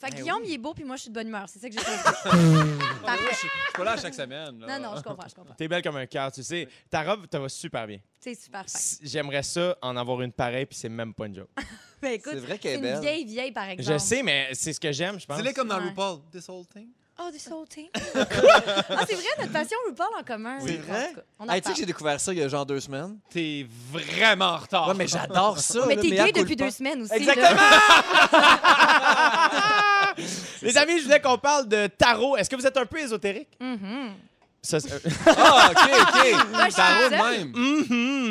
[SPEAKER 3] Fait que
[SPEAKER 1] Ben
[SPEAKER 3] Guillaume, il est beau, puis moi, je suis de bonne humeur. C'est ça que j'ai compris.
[SPEAKER 2] Ah, Je
[SPEAKER 3] Parfait.
[SPEAKER 2] suis je suis pas là chaque semaine. là.
[SPEAKER 3] Non, non, je comprends, je comprends.
[SPEAKER 1] T'es belle comme un cœur, tu sais. Ta robe, te va super bien.
[SPEAKER 3] C'est super fin.
[SPEAKER 1] S- J'aimerais ça en avoir une pareille, puis c'est même pas une joke.
[SPEAKER 3] Mais écoute,
[SPEAKER 4] C'est vrai
[SPEAKER 3] c'est
[SPEAKER 4] qu'elle est
[SPEAKER 3] une
[SPEAKER 4] belle.
[SPEAKER 3] vieille vieille, par exemple.
[SPEAKER 1] Je sais, mais c'est ce que j'aime, je pense.
[SPEAKER 2] Dis-le comme dans
[SPEAKER 3] Ouais.
[SPEAKER 2] RuPaul, this whole thing.
[SPEAKER 3] Oh, du sauté. ah, c'est vrai, notre passion RuPaul en commun.
[SPEAKER 4] C'est
[SPEAKER 3] En
[SPEAKER 4] vrai?
[SPEAKER 3] tout cas, On en
[SPEAKER 4] Hey, tu sais
[SPEAKER 3] reparle.
[SPEAKER 4] que j'ai découvert ça il y a genre deux semaines.
[SPEAKER 2] T'es vraiment en retard.
[SPEAKER 4] Ouais, mais j'adore ça.
[SPEAKER 3] Mais
[SPEAKER 4] là,
[SPEAKER 3] t'es
[SPEAKER 4] à
[SPEAKER 3] gay
[SPEAKER 4] coup de
[SPEAKER 3] depuis
[SPEAKER 4] pas.
[SPEAKER 3] deux semaines aussi. là.
[SPEAKER 1] Exactement! Les amis, je voulais qu'on parle de tarot. Est-ce que vous êtes un peu ésotérique?
[SPEAKER 3] Mhm.
[SPEAKER 1] Ça, c'est- euh,
[SPEAKER 2] Ah, OK, OK.
[SPEAKER 3] Ouais, je
[SPEAKER 2] tarot
[SPEAKER 3] suis
[SPEAKER 2] de même.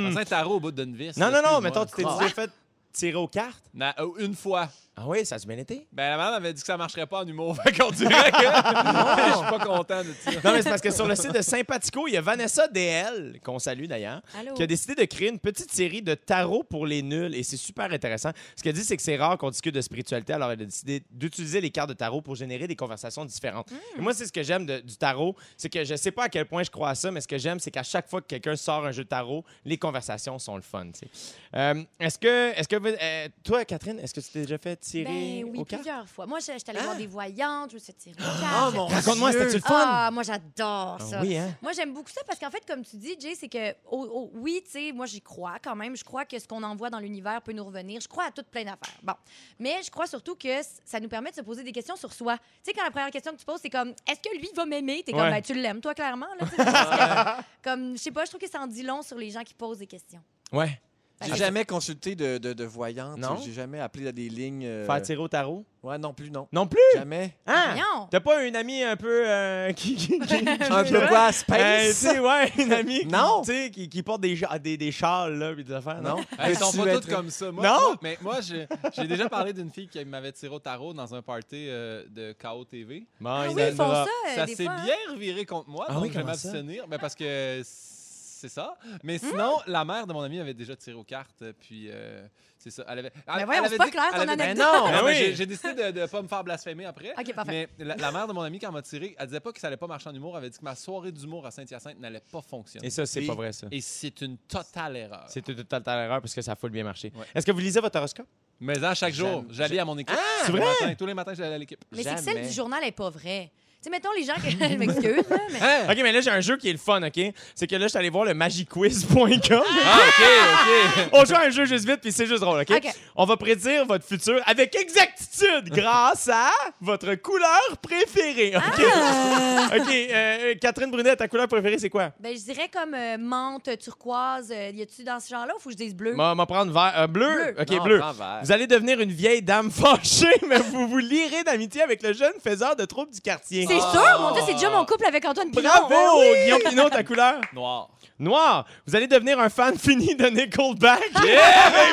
[SPEAKER 1] Mhm.
[SPEAKER 2] C'est un tarot au bout d'une vis.
[SPEAKER 1] Non, non, non,
[SPEAKER 2] Excuse-moi.
[SPEAKER 1] mettons, tu t'es
[SPEAKER 4] Quoi?
[SPEAKER 1] déjà fait tirer aux cartes.
[SPEAKER 2] Non, euh, Une fois.
[SPEAKER 1] Ah oui, ça a bien été.
[SPEAKER 2] Ben, la madame avait dit que ça marcherait pas en humour. Fait qu'on dirait que je suis pas content de ça.
[SPEAKER 1] Non, mais c'est parce que sur le site de Sympatico, il y a Vanessa DL, qu'on salue d'ailleurs,
[SPEAKER 3] Allô?
[SPEAKER 1] qui a décidé de créer une petite série de tarot pour les nuls et c'est super intéressant. Ce qu'elle dit, c'est que c'est rare qu'on discute de spiritualité, alors elle a décidé d'utiliser les cartes de tarot pour générer des conversations différentes.
[SPEAKER 3] Hmm.
[SPEAKER 1] Et moi, c'est ce que j'aime de- du tarot, c'est que je sais pas à quel point je crois à ça, mais ce que j'aime, c'est qu'à chaque fois que quelqu'un sort un jeu de tarot, les conversations sont le fun. tu sais. Euh, est-ce que, est-ce que vous- euh, toi, Catherine, est-ce que tu t'es déjà fait tirer
[SPEAKER 3] Ben oui,
[SPEAKER 1] aux cartes? Ah!
[SPEAKER 3] plusieurs fois. Moi, je- j'étais allée voir
[SPEAKER 4] Hein?
[SPEAKER 3] des voyantes, je me suis fait tirer aux
[SPEAKER 4] Oh
[SPEAKER 3] cartes.
[SPEAKER 4] mon
[SPEAKER 1] Raconte-moi,
[SPEAKER 4] Dieu.
[SPEAKER 1] c'était-tu le fun?
[SPEAKER 3] Ah, moi, j'adore ça.
[SPEAKER 1] Ah oui, hein?
[SPEAKER 3] Moi, j'aime beaucoup ça parce qu'en fait, comme tu dis, Jay, c'est que, oh, oh, oui, tu sais, moi, j'y crois quand même. Je crois que ce qu'on envoie dans l'univers peut nous revenir. Je crois à tout plein d'affaires. Bon. Mais je crois surtout que c- ça nous permet de se poser des questions sur soi. Tu sais, quand la première question que tu poses, c'est comme, est-ce que lui va m'aimer? T'es
[SPEAKER 1] Ouais.
[SPEAKER 3] comme, ben, tu l'aimes, toi, clairement. Là, tu sais, parce que, comme, je sais pas, je trouve que ça en dit long sur les gens qui posent des questions.
[SPEAKER 1] Ouais.
[SPEAKER 4] J'ai jamais consulté de, de, de voyante.
[SPEAKER 1] Non?
[SPEAKER 4] J'ai jamais appelé à des lignes. euh,
[SPEAKER 1] Faire tirer au tarot?
[SPEAKER 4] Ouais, non plus, non.
[SPEAKER 1] Non plus!
[SPEAKER 4] Jamais.
[SPEAKER 1] Hein?
[SPEAKER 3] Voyons.
[SPEAKER 1] T'as pas une amie un peu euh, qui, qui- qui-
[SPEAKER 4] Un peu quoi, Space?
[SPEAKER 1] Euh, tu sais, ouais, une amie qui,
[SPEAKER 4] Non.
[SPEAKER 1] tu sais, qui, qui porte des, ja- des, des châles, là, puis des affaires.
[SPEAKER 4] non.
[SPEAKER 2] Hey, ils sont
[SPEAKER 4] Tu
[SPEAKER 2] pas
[SPEAKER 4] es
[SPEAKER 2] toutes comme ça. Moi,
[SPEAKER 1] Non?
[SPEAKER 2] moi- mais moi, je- j'ai déjà parlé d'une fille qui m'avait tiré au tarot dans un party euh, de KO TV.
[SPEAKER 1] Bon,
[SPEAKER 3] Ah oui,
[SPEAKER 1] Isabelle
[SPEAKER 3] ils font
[SPEAKER 1] Nora.
[SPEAKER 3] ça, euh,
[SPEAKER 2] ça
[SPEAKER 3] des
[SPEAKER 2] s'est
[SPEAKER 3] fois. hein.
[SPEAKER 2] bien reviré contre moi,
[SPEAKER 1] Ah
[SPEAKER 2] donc
[SPEAKER 1] oui,
[SPEAKER 2] je vais
[SPEAKER 1] comment ça?
[SPEAKER 2] m'abstenir. Ben, parce que c'est ça. Mais
[SPEAKER 3] Hmm?
[SPEAKER 2] sinon, la mère de mon ami avait déjà tiré aux cartes, puis euh, c'est ça. Elle avait,
[SPEAKER 3] voyons,
[SPEAKER 2] elle, elle
[SPEAKER 3] c'est
[SPEAKER 2] avait
[SPEAKER 3] pas
[SPEAKER 2] dit-
[SPEAKER 3] clair, ton
[SPEAKER 2] elle avait-
[SPEAKER 3] anecdote.
[SPEAKER 2] Ben non,
[SPEAKER 1] Ben
[SPEAKER 2] mais
[SPEAKER 1] oui.
[SPEAKER 2] j'ai- j'ai décidé de ne pas me faire blasphémer après.
[SPEAKER 3] OK, parfait.
[SPEAKER 2] Mais la, la mère de mon ami, quand elle m'a tiré, elle disait pas que ça allait pas marcher en humour, elle avait dit que ma soirée d'humour à Saint-Hyacinthe n'allait pas
[SPEAKER 1] Et
[SPEAKER 2] fonctionner.
[SPEAKER 1] ça, c'est
[SPEAKER 4] Et-
[SPEAKER 1] pas vrai, ça.
[SPEAKER 2] Et c'est une totale erreur.
[SPEAKER 1] C'est tout à l'erreur parce que ça a full bien marché.
[SPEAKER 2] Ouais.
[SPEAKER 1] Est-ce que vous lisez votre horoscope?
[SPEAKER 2] Mais à chaque jour,
[SPEAKER 4] J'aime-
[SPEAKER 2] j'allais à mon équipe.
[SPEAKER 1] Ah! c'est
[SPEAKER 2] Tous les
[SPEAKER 1] vrai?
[SPEAKER 2] matins, tous les matins, j'allais à l'équipe.
[SPEAKER 3] Mais c'est que
[SPEAKER 4] Jamais.
[SPEAKER 3] celle du journal est pas vraie. Tu sais, mettons les gens qui. Je m'excuse, là, mais.
[SPEAKER 2] Hein?
[SPEAKER 1] OK, mais là, j'ai un jeu qui est le fun, OK? C'est que là, je suis allé voir le magiquiz.com.
[SPEAKER 2] Ah, OK, OK.
[SPEAKER 1] On joue à un jeu juste vite, puis c'est juste drôle, OK?
[SPEAKER 3] OK.
[SPEAKER 1] On va prédire votre futur avec exactitude grâce à votre couleur préférée, OK?
[SPEAKER 3] Ah!
[SPEAKER 1] OK, euh, Catherine Brunet, ta couleur préférée, c'est quoi?
[SPEAKER 3] Ben, je dirais comme euh, menthe, turquoise. euh, y a-tu dans ce genre-là ou faut que je dise bleu?
[SPEAKER 1] M'a m'a prendre vert. euh, bleu.
[SPEAKER 3] Bleu.
[SPEAKER 1] OK,
[SPEAKER 4] Non,
[SPEAKER 1] bleu.
[SPEAKER 4] prends vert.
[SPEAKER 1] Vous allez devenir une vieille dame fâchée, mais vous vous lirez d'amitié avec le jeune faiseur de troubles du quartier.
[SPEAKER 3] C'est
[SPEAKER 2] Ah.
[SPEAKER 3] sûr, mon Dieu, c'est déjà mon couple avec Antoine Pilon.
[SPEAKER 1] Bravo,
[SPEAKER 3] Ben oui.
[SPEAKER 1] Guillaume Pinot, ta couleur
[SPEAKER 2] Noir.
[SPEAKER 1] noir. Vous allez devenir un fan fini de Nickelback.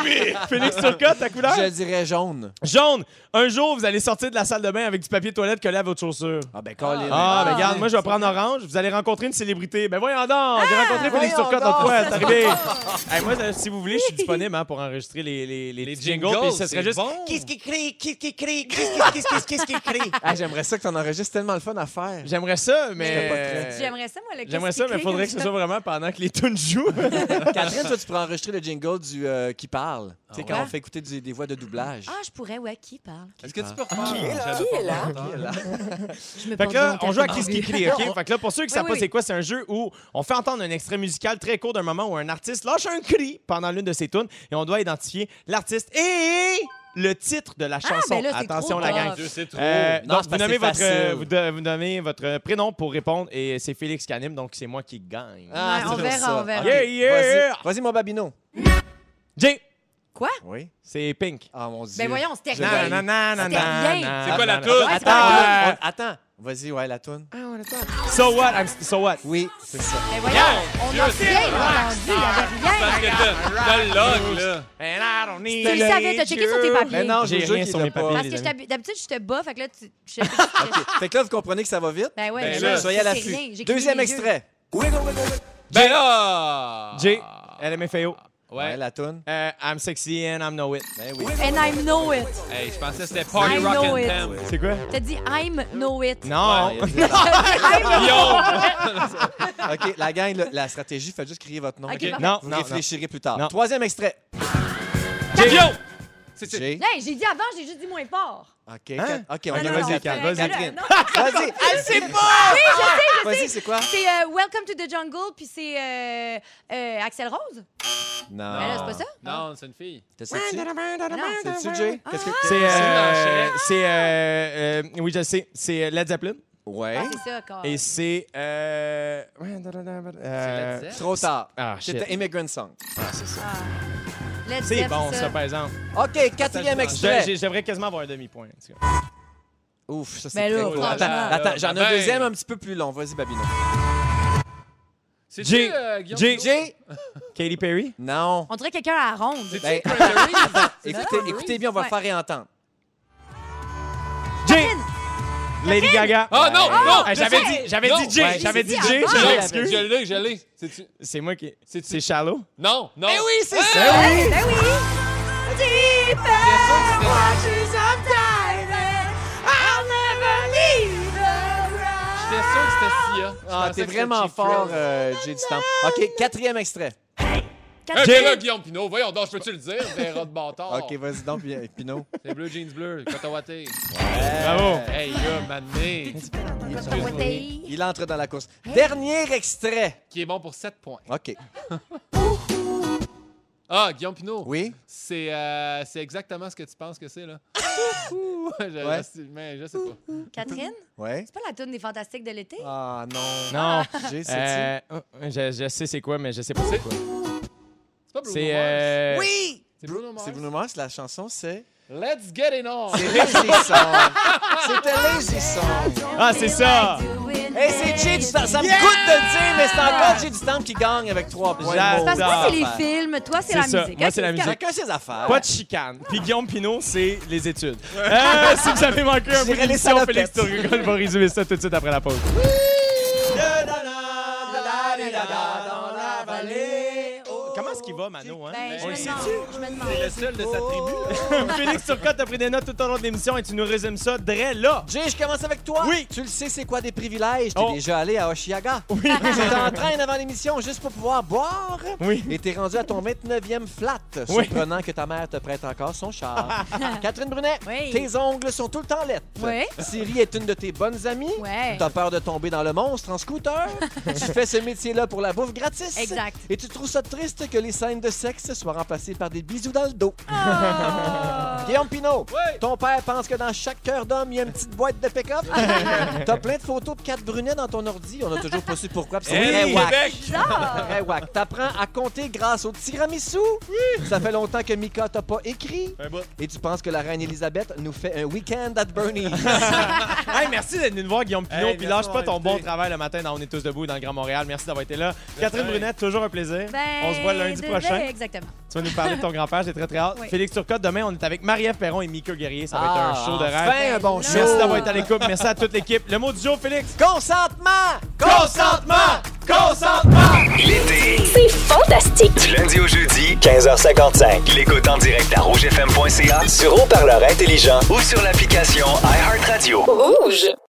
[SPEAKER 1] baby! Félix Turcotte, ta couleur
[SPEAKER 4] Je dirais jaune.
[SPEAKER 1] jaune. Un jour, vous allez sortir de la salle de bain avec du papier toilette collé à votre chaussure.
[SPEAKER 4] Ah, ben, Colin.
[SPEAKER 1] Ah,
[SPEAKER 2] Ah,
[SPEAKER 1] ben regarde,
[SPEAKER 2] oui.
[SPEAKER 1] moi je vais prendre orange. Vous allez rencontrer une célébrité. Ben voyons donc, j'ai rencontré Félix
[SPEAKER 4] voyons
[SPEAKER 1] Turcotte l'autre
[SPEAKER 4] donc.
[SPEAKER 1] fois, c'est arrivé. Hey, moi, euh, si vous voulez, je suis disponible hein, pour enregistrer les, les, les,
[SPEAKER 2] Les
[SPEAKER 1] petits jingles.
[SPEAKER 2] jingles,
[SPEAKER 1] puis ce serait
[SPEAKER 2] c'est
[SPEAKER 1] juste
[SPEAKER 2] bon.
[SPEAKER 1] Qu'est-ce qui crie, qu'est-ce qui crie, qu'est-ce qui- qu'est-ce qui- qu'est-ce qui crie.
[SPEAKER 4] Ah, J'aimerais ça que t'en enregistres tellement le fun à faire.
[SPEAKER 1] J'aimerais ça,
[SPEAKER 4] Je serais pas
[SPEAKER 1] mais.
[SPEAKER 3] J'aimerais ça, moi, le
[SPEAKER 1] J'aimerais ça, mais
[SPEAKER 3] qu'est-ce qui
[SPEAKER 1] faudrait
[SPEAKER 3] crie
[SPEAKER 1] que ce
[SPEAKER 3] comme
[SPEAKER 1] soit vraiment pendant que les tunes jouent.
[SPEAKER 4] Catherine, toi, tu pourrais enregistrer le jingle du euh, qui parle. tu sais,
[SPEAKER 2] Ah
[SPEAKER 4] quand
[SPEAKER 3] ouais?
[SPEAKER 4] on fait écouter du- des voix de doublage.
[SPEAKER 3] ça. Ah, je pourrais, ouais, qui parle?
[SPEAKER 2] Est-ce que tu peux refaire?
[SPEAKER 5] Qui est là?
[SPEAKER 2] J'avais
[SPEAKER 5] Qui est
[SPEAKER 2] pas
[SPEAKER 5] là?
[SPEAKER 2] entendu.
[SPEAKER 4] Qui est là?
[SPEAKER 3] Je me
[SPEAKER 1] Fait
[SPEAKER 3] porte
[SPEAKER 1] que là,
[SPEAKER 3] donc
[SPEAKER 1] on joue à
[SPEAKER 3] tellement
[SPEAKER 1] Chris
[SPEAKER 3] mieux.
[SPEAKER 1] qui crie, OK? Fait que là, pour ceux qui savent
[SPEAKER 3] Oui,
[SPEAKER 1] pas
[SPEAKER 3] oui.
[SPEAKER 1] c'est quoi, c'est un jeu où on fait entendre un extrait musical très court d'un moment où un artiste lâche un cri pendant l'une de ses tunes et on doit identifier l'artiste et le titre de la chanson.
[SPEAKER 3] ben là, c'est
[SPEAKER 1] Attention,
[SPEAKER 3] trop
[SPEAKER 1] la gang.
[SPEAKER 3] tough.
[SPEAKER 2] Dieu, c'est trop.
[SPEAKER 1] Euh,
[SPEAKER 4] Non,
[SPEAKER 1] donc, vous
[SPEAKER 4] c'est parce
[SPEAKER 1] nommez,
[SPEAKER 4] que c'est
[SPEAKER 1] votre, euh,
[SPEAKER 4] facile.
[SPEAKER 1] vous, de- vous nommez votre prénom pour répondre et c'est Félix Canim, donc c'est moi qui gagne.
[SPEAKER 4] Ah,
[SPEAKER 3] Ouais,
[SPEAKER 4] c'est
[SPEAKER 3] on
[SPEAKER 4] toujours
[SPEAKER 3] verra,
[SPEAKER 4] ça.
[SPEAKER 3] on verra.
[SPEAKER 4] Ok,
[SPEAKER 1] Yeah, yeah.
[SPEAKER 4] Vas-y, Vas-y, mon babino.
[SPEAKER 1] Jay,
[SPEAKER 4] Oui.
[SPEAKER 1] c'est Pink.
[SPEAKER 4] Ah, mon Dieu.
[SPEAKER 3] Ben voyons, on se termine.
[SPEAKER 4] Non, non,
[SPEAKER 3] C'était rien.
[SPEAKER 2] C'est quoi la
[SPEAKER 1] toune?
[SPEAKER 2] toune?
[SPEAKER 3] Ouais, c'est Ah.
[SPEAKER 4] Attends,
[SPEAKER 3] pas grave.
[SPEAKER 1] Ah,
[SPEAKER 4] on- attends. Vas-y, ouais, la toune.
[SPEAKER 1] So what? I'm- so what?
[SPEAKER 4] Oui, c'est ça.
[SPEAKER 3] Ben voyons, on
[SPEAKER 2] Dieu,
[SPEAKER 3] a
[SPEAKER 2] c'est
[SPEAKER 3] rien
[SPEAKER 2] relax.
[SPEAKER 3] entendu, il
[SPEAKER 1] Ah,
[SPEAKER 3] n'y avait rien.
[SPEAKER 2] Parce que t'as t'as le log, là.
[SPEAKER 1] And I don't need
[SPEAKER 3] Tu le
[SPEAKER 1] to
[SPEAKER 3] savais,
[SPEAKER 1] hate
[SPEAKER 3] t'as checké
[SPEAKER 1] you.
[SPEAKER 3] sur tes papiers.
[SPEAKER 4] Mais non, je
[SPEAKER 1] J'ai
[SPEAKER 4] vous jure
[SPEAKER 1] rien
[SPEAKER 4] qu'il
[SPEAKER 1] sur
[SPEAKER 4] l'a
[SPEAKER 1] mes
[SPEAKER 4] pas.
[SPEAKER 1] papiers.
[SPEAKER 3] Parce
[SPEAKER 1] les
[SPEAKER 3] que je
[SPEAKER 1] amis.
[SPEAKER 3] t'hab- d'habitude, je te bats, fait que là, tu... je-
[SPEAKER 4] Fait que là, vous comprenez que ça va vite.
[SPEAKER 3] Ben ouais,
[SPEAKER 2] Ben
[SPEAKER 3] mais
[SPEAKER 2] là,
[SPEAKER 3] là,
[SPEAKER 4] Soyez à
[SPEAKER 3] c'est
[SPEAKER 4] l'affût.
[SPEAKER 3] rien, j'ai cligné
[SPEAKER 4] Deuxième
[SPEAKER 3] des yeux.
[SPEAKER 4] extrait.
[SPEAKER 2] Ben là!
[SPEAKER 1] Jay, LMFAO.
[SPEAKER 4] Ouais,
[SPEAKER 2] Ouais.
[SPEAKER 4] la toune.
[SPEAKER 1] Euh, I'm sexy and I'm know it.
[SPEAKER 4] Ben oui.
[SPEAKER 3] And I know it.
[SPEAKER 2] Hey, je pensais que c'était Party
[SPEAKER 3] I
[SPEAKER 2] Rock
[SPEAKER 3] know it.
[SPEAKER 2] Anthem.
[SPEAKER 1] C'est quoi?
[SPEAKER 3] T'as dit I'm know it.
[SPEAKER 1] Non.
[SPEAKER 4] Ouais, Ah, il y a- OK, la gang, le- la stratégie, faites juste crier votre nom.
[SPEAKER 3] Ok, parfait.
[SPEAKER 1] Non,
[SPEAKER 4] Vous
[SPEAKER 1] non, non.
[SPEAKER 4] réfléchirez plus tard.
[SPEAKER 1] Non.
[SPEAKER 4] Troisième extrait.
[SPEAKER 2] Jay! Yo! C'est- c'est-
[SPEAKER 4] J.
[SPEAKER 3] Hey, j'ai dit avant, j'ai juste dit moins fort.
[SPEAKER 4] OK,
[SPEAKER 1] Hein?
[SPEAKER 4] Cat- OK, on
[SPEAKER 3] Non, non,
[SPEAKER 4] y va,
[SPEAKER 3] non,
[SPEAKER 1] vas-y,
[SPEAKER 3] c'est
[SPEAKER 1] Kat,
[SPEAKER 4] Catherine.
[SPEAKER 3] correct.
[SPEAKER 1] vas-y.
[SPEAKER 3] Ben là, non,
[SPEAKER 4] Vas-y. Elle sait pas! Vas-y, c'est quoi?
[SPEAKER 3] C'est euh, Welcome to the Jungle, puis c'est euh, euh, Axel Rose.
[SPEAKER 4] Non.
[SPEAKER 3] Ben là, c'est pas ça?
[SPEAKER 2] Non, c'est une fille.
[SPEAKER 4] T'as senti?
[SPEAKER 3] Non.
[SPEAKER 4] C'est-tu, Jay? Qu'est-ce que
[SPEAKER 1] C'est euh,
[SPEAKER 2] Marchais.
[SPEAKER 1] c'est euh, euh, oui je le sais c'est Led Zeppelin
[SPEAKER 4] Ouais.
[SPEAKER 3] Ah, c'est ça, quand
[SPEAKER 1] et c'est euh,
[SPEAKER 2] C'est
[SPEAKER 1] euh,
[SPEAKER 2] Led Zepp.
[SPEAKER 4] Trop tard.
[SPEAKER 1] ah shit
[SPEAKER 4] C'était Immigrant Song.
[SPEAKER 3] Ah. Let's
[SPEAKER 1] c'est
[SPEAKER 3] Zepp,
[SPEAKER 1] bon
[SPEAKER 3] c'est
[SPEAKER 1] ça par exemple
[SPEAKER 4] OK, quatrième
[SPEAKER 2] Je-
[SPEAKER 1] J'ai-
[SPEAKER 4] extrait.
[SPEAKER 1] j'ai- j'aimerais quasiment avoir un demi point
[SPEAKER 4] Ouf, ça
[SPEAKER 3] Ben
[SPEAKER 4] c'est
[SPEAKER 3] là,
[SPEAKER 4] très cool. Attends,
[SPEAKER 3] franchement.
[SPEAKER 4] attends, j'en ai un
[SPEAKER 2] Ben.
[SPEAKER 4] deuxième un petit peu plus long. Vas-y, Babino.
[SPEAKER 2] C'est
[SPEAKER 1] Jay. Jay.
[SPEAKER 4] Jay?
[SPEAKER 1] Katy Perry
[SPEAKER 4] Non.
[SPEAKER 3] On dirait quelqu'un à la ronde.
[SPEAKER 2] C'est-tu
[SPEAKER 4] Ben, écoutez,
[SPEAKER 3] Catherine
[SPEAKER 4] écoutez bien, on va le
[SPEAKER 3] Ouais.
[SPEAKER 4] faire réentendre.
[SPEAKER 1] Jay Lady Gaga
[SPEAKER 2] Oh non, non!
[SPEAKER 1] Ah, j'avais
[SPEAKER 2] je sais.
[SPEAKER 1] dit j'avais
[SPEAKER 2] Non.
[SPEAKER 1] dit Jay
[SPEAKER 4] Ouais,
[SPEAKER 1] j'avais
[SPEAKER 3] j'ai
[SPEAKER 1] dit
[SPEAKER 3] dit
[SPEAKER 1] Jay
[SPEAKER 3] avant.
[SPEAKER 1] je
[SPEAKER 2] Je
[SPEAKER 1] m'excuse.
[SPEAKER 2] l'ai, je l'ai, je l'ai. C'est-tu-
[SPEAKER 1] c'est moi qui
[SPEAKER 2] C'est-tu?
[SPEAKER 1] c'est Shallow
[SPEAKER 2] Non, non. Mais
[SPEAKER 4] oui, c'est
[SPEAKER 3] Ben oui! Ben oui! Deep in waters of diving, I'll never leave the ground.
[SPEAKER 2] J'étais sûr que c'était Sia. Je
[SPEAKER 4] Ah,
[SPEAKER 2] pensais
[SPEAKER 4] t'es
[SPEAKER 2] que c'était
[SPEAKER 4] vraiment
[SPEAKER 2] Cheap
[SPEAKER 4] fort,
[SPEAKER 2] Thrill. Ah,
[SPEAKER 4] euh, Jay du temps. OK, quatrième extrait.
[SPEAKER 2] Eh,
[SPEAKER 1] Jay.
[SPEAKER 2] ben là, Guillaume Pinot, voyons donc, je peux-tu le dire? Verra de bâtard.
[SPEAKER 4] OK, vas-y donc, puis- Pino.
[SPEAKER 2] C'est bleu, jeans bleu, cotawaté.
[SPEAKER 1] bravo
[SPEAKER 2] Hey, gars, mané.
[SPEAKER 3] Attends, what the-
[SPEAKER 4] Il entre dans la course. Dernier extrait.
[SPEAKER 2] Qui est bon pour 7 points.
[SPEAKER 4] OK.
[SPEAKER 2] Ah, Guillaume Pinot.
[SPEAKER 4] Oui?
[SPEAKER 2] C'est euh, c'est exactement ce que tu penses que c'est, là. Ouh, je,
[SPEAKER 4] Ouais.
[SPEAKER 2] mais je sais pas.
[SPEAKER 3] Catherine,
[SPEAKER 4] Ouais?
[SPEAKER 3] c'est pas la tune des Fantastiques de l'été?
[SPEAKER 4] Ah non.
[SPEAKER 1] non
[SPEAKER 4] Jay, c'est-tu?
[SPEAKER 1] euh, je, je sais c'est quoi mais je sais pas c'est quoi
[SPEAKER 2] C'est pas Bruno
[SPEAKER 1] c'est
[SPEAKER 2] Mars.
[SPEAKER 1] euh,
[SPEAKER 4] Oui!
[SPEAKER 2] C'est Bruno Mars.
[SPEAKER 4] C'est Bruno Mars, la chanson, c'est...
[SPEAKER 2] Let's get it on.
[SPEAKER 4] C'est Lazy Song. C'était Lazy Song.
[SPEAKER 1] ah c'est ça
[SPEAKER 4] Hey, c'est Jay du temps. Ça me coûte de le dire, mais c'est encore Jay du temps qui gagne avec trois points.
[SPEAKER 1] J'adore.
[SPEAKER 3] Parce
[SPEAKER 4] Maudit
[SPEAKER 3] que toi, c'est les
[SPEAKER 4] affaire.
[SPEAKER 3] films, toi, c'est
[SPEAKER 1] C'est
[SPEAKER 3] la
[SPEAKER 1] ça.
[SPEAKER 3] musique.
[SPEAKER 1] Moi,
[SPEAKER 3] Ok,
[SPEAKER 1] c'est la musique.
[SPEAKER 4] Chacun ses affaires.
[SPEAKER 1] Pas de chicane. Puis Guillaume Pinot, c'est les études. Euh, si vous avez manqué un
[SPEAKER 4] Je
[SPEAKER 1] bout
[SPEAKER 4] dirais les
[SPEAKER 1] d'émission, Félix
[SPEAKER 4] salopettes.
[SPEAKER 1] Turcot va résumer ça tout de suite après la pause.
[SPEAKER 4] dans la vallée.
[SPEAKER 1] Comment est-ce qu'il va, Mano? Hein?
[SPEAKER 3] Ben, je
[SPEAKER 1] On
[SPEAKER 3] me
[SPEAKER 1] le
[SPEAKER 3] demande,
[SPEAKER 1] sait-tu?
[SPEAKER 3] je me demande.
[SPEAKER 2] seul de sa tribu.
[SPEAKER 1] Félix Turcotte a pris des notes tout au long de l'émission et tu nous résumes ça dès là.
[SPEAKER 4] Jay, je commence avec toi.
[SPEAKER 1] Oui.
[SPEAKER 4] Tu le sais, c'est quoi des privilèges? T'es
[SPEAKER 1] Oh.
[SPEAKER 4] déjà allé à Oshiaga. Oui. Tu t'entraînes avant l'émission juste pour pouvoir boire.
[SPEAKER 1] Eh Oui.
[SPEAKER 4] Et t'es rendu à ton 29e flat.
[SPEAKER 1] Oui.
[SPEAKER 4] Surprenant que ta mère te prête encore son char. Catherine Brunet,
[SPEAKER 3] Oui.
[SPEAKER 4] tes ongles sont tout le temps lettres.
[SPEAKER 3] Oui.
[SPEAKER 4] Siri est une de tes bonnes amies.
[SPEAKER 3] Ouais.
[SPEAKER 4] T'as peur de tomber dans le monstre en scooter. tu fais ce métier-là pour la bouffe gratis.
[SPEAKER 3] Exact.
[SPEAKER 4] Et tu trouves ça triste que les scènes de sexe soient remplacées par des bisous dans le dos.
[SPEAKER 3] Oh.
[SPEAKER 4] Guillaume Pinot,
[SPEAKER 2] Ouais.
[SPEAKER 4] ton père pense que dans chaque cœur d'homme, il y a une petite boîte de pick-up. T'as plein de photos de quatre brunets dans ton ordi. On a toujours pas su pourquoi. puis
[SPEAKER 1] Eh
[SPEAKER 4] C'est
[SPEAKER 2] Hey,
[SPEAKER 4] très wack.
[SPEAKER 2] Québec!
[SPEAKER 3] Ah!
[SPEAKER 4] Très Eh, wack. T'apprends à compter grâce au tiramisu. Ça fait longtemps que Mika t'a pas écrit.
[SPEAKER 2] Un bout.
[SPEAKER 4] Et tu penses que la reine Elisabeth nous fait un week-end at Bernie's.
[SPEAKER 1] Hey, merci d'être venu nous voir, Guillaume Pinot.
[SPEAKER 2] Hey,
[SPEAKER 1] puis
[SPEAKER 2] merci
[SPEAKER 1] lâche pas
[SPEAKER 2] d'avoir
[SPEAKER 1] ton
[SPEAKER 2] invité.
[SPEAKER 1] bon travail le matin dans On est tous debout dans le Grand Montréal. Merci d'avoir été là. Catherine Brunet, toujours un plaisir.
[SPEAKER 3] Ben,
[SPEAKER 1] On se voit lundi
[SPEAKER 3] de-
[SPEAKER 1] prochain.
[SPEAKER 3] ben, Exactement.
[SPEAKER 1] Tu vas nous parler de ton grand-père, j'ai très très hâte.
[SPEAKER 3] Oui.
[SPEAKER 1] Félix Turcotte, demain, on est avec Marie-Ève Perron et Mika Guerrier. Ça va être un show de
[SPEAKER 4] Ah,
[SPEAKER 1] rêve.
[SPEAKER 4] Enfin, un bon show.
[SPEAKER 1] Merci d'avoir été à l'écoute. Merci à toute l'équipe. Le mot du jour, Félix.
[SPEAKER 4] Consentement!
[SPEAKER 1] Consentement! Consentement!
[SPEAKER 6] L'été,
[SPEAKER 5] C'est fantastique.
[SPEAKER 6] du lundi au jeudi, 15h55. L'écoute en direct à rougefm.ca, sur haut-parleur intelligent ou sur l'application iHeartRadio.
[SPEAKER 5] Rouge.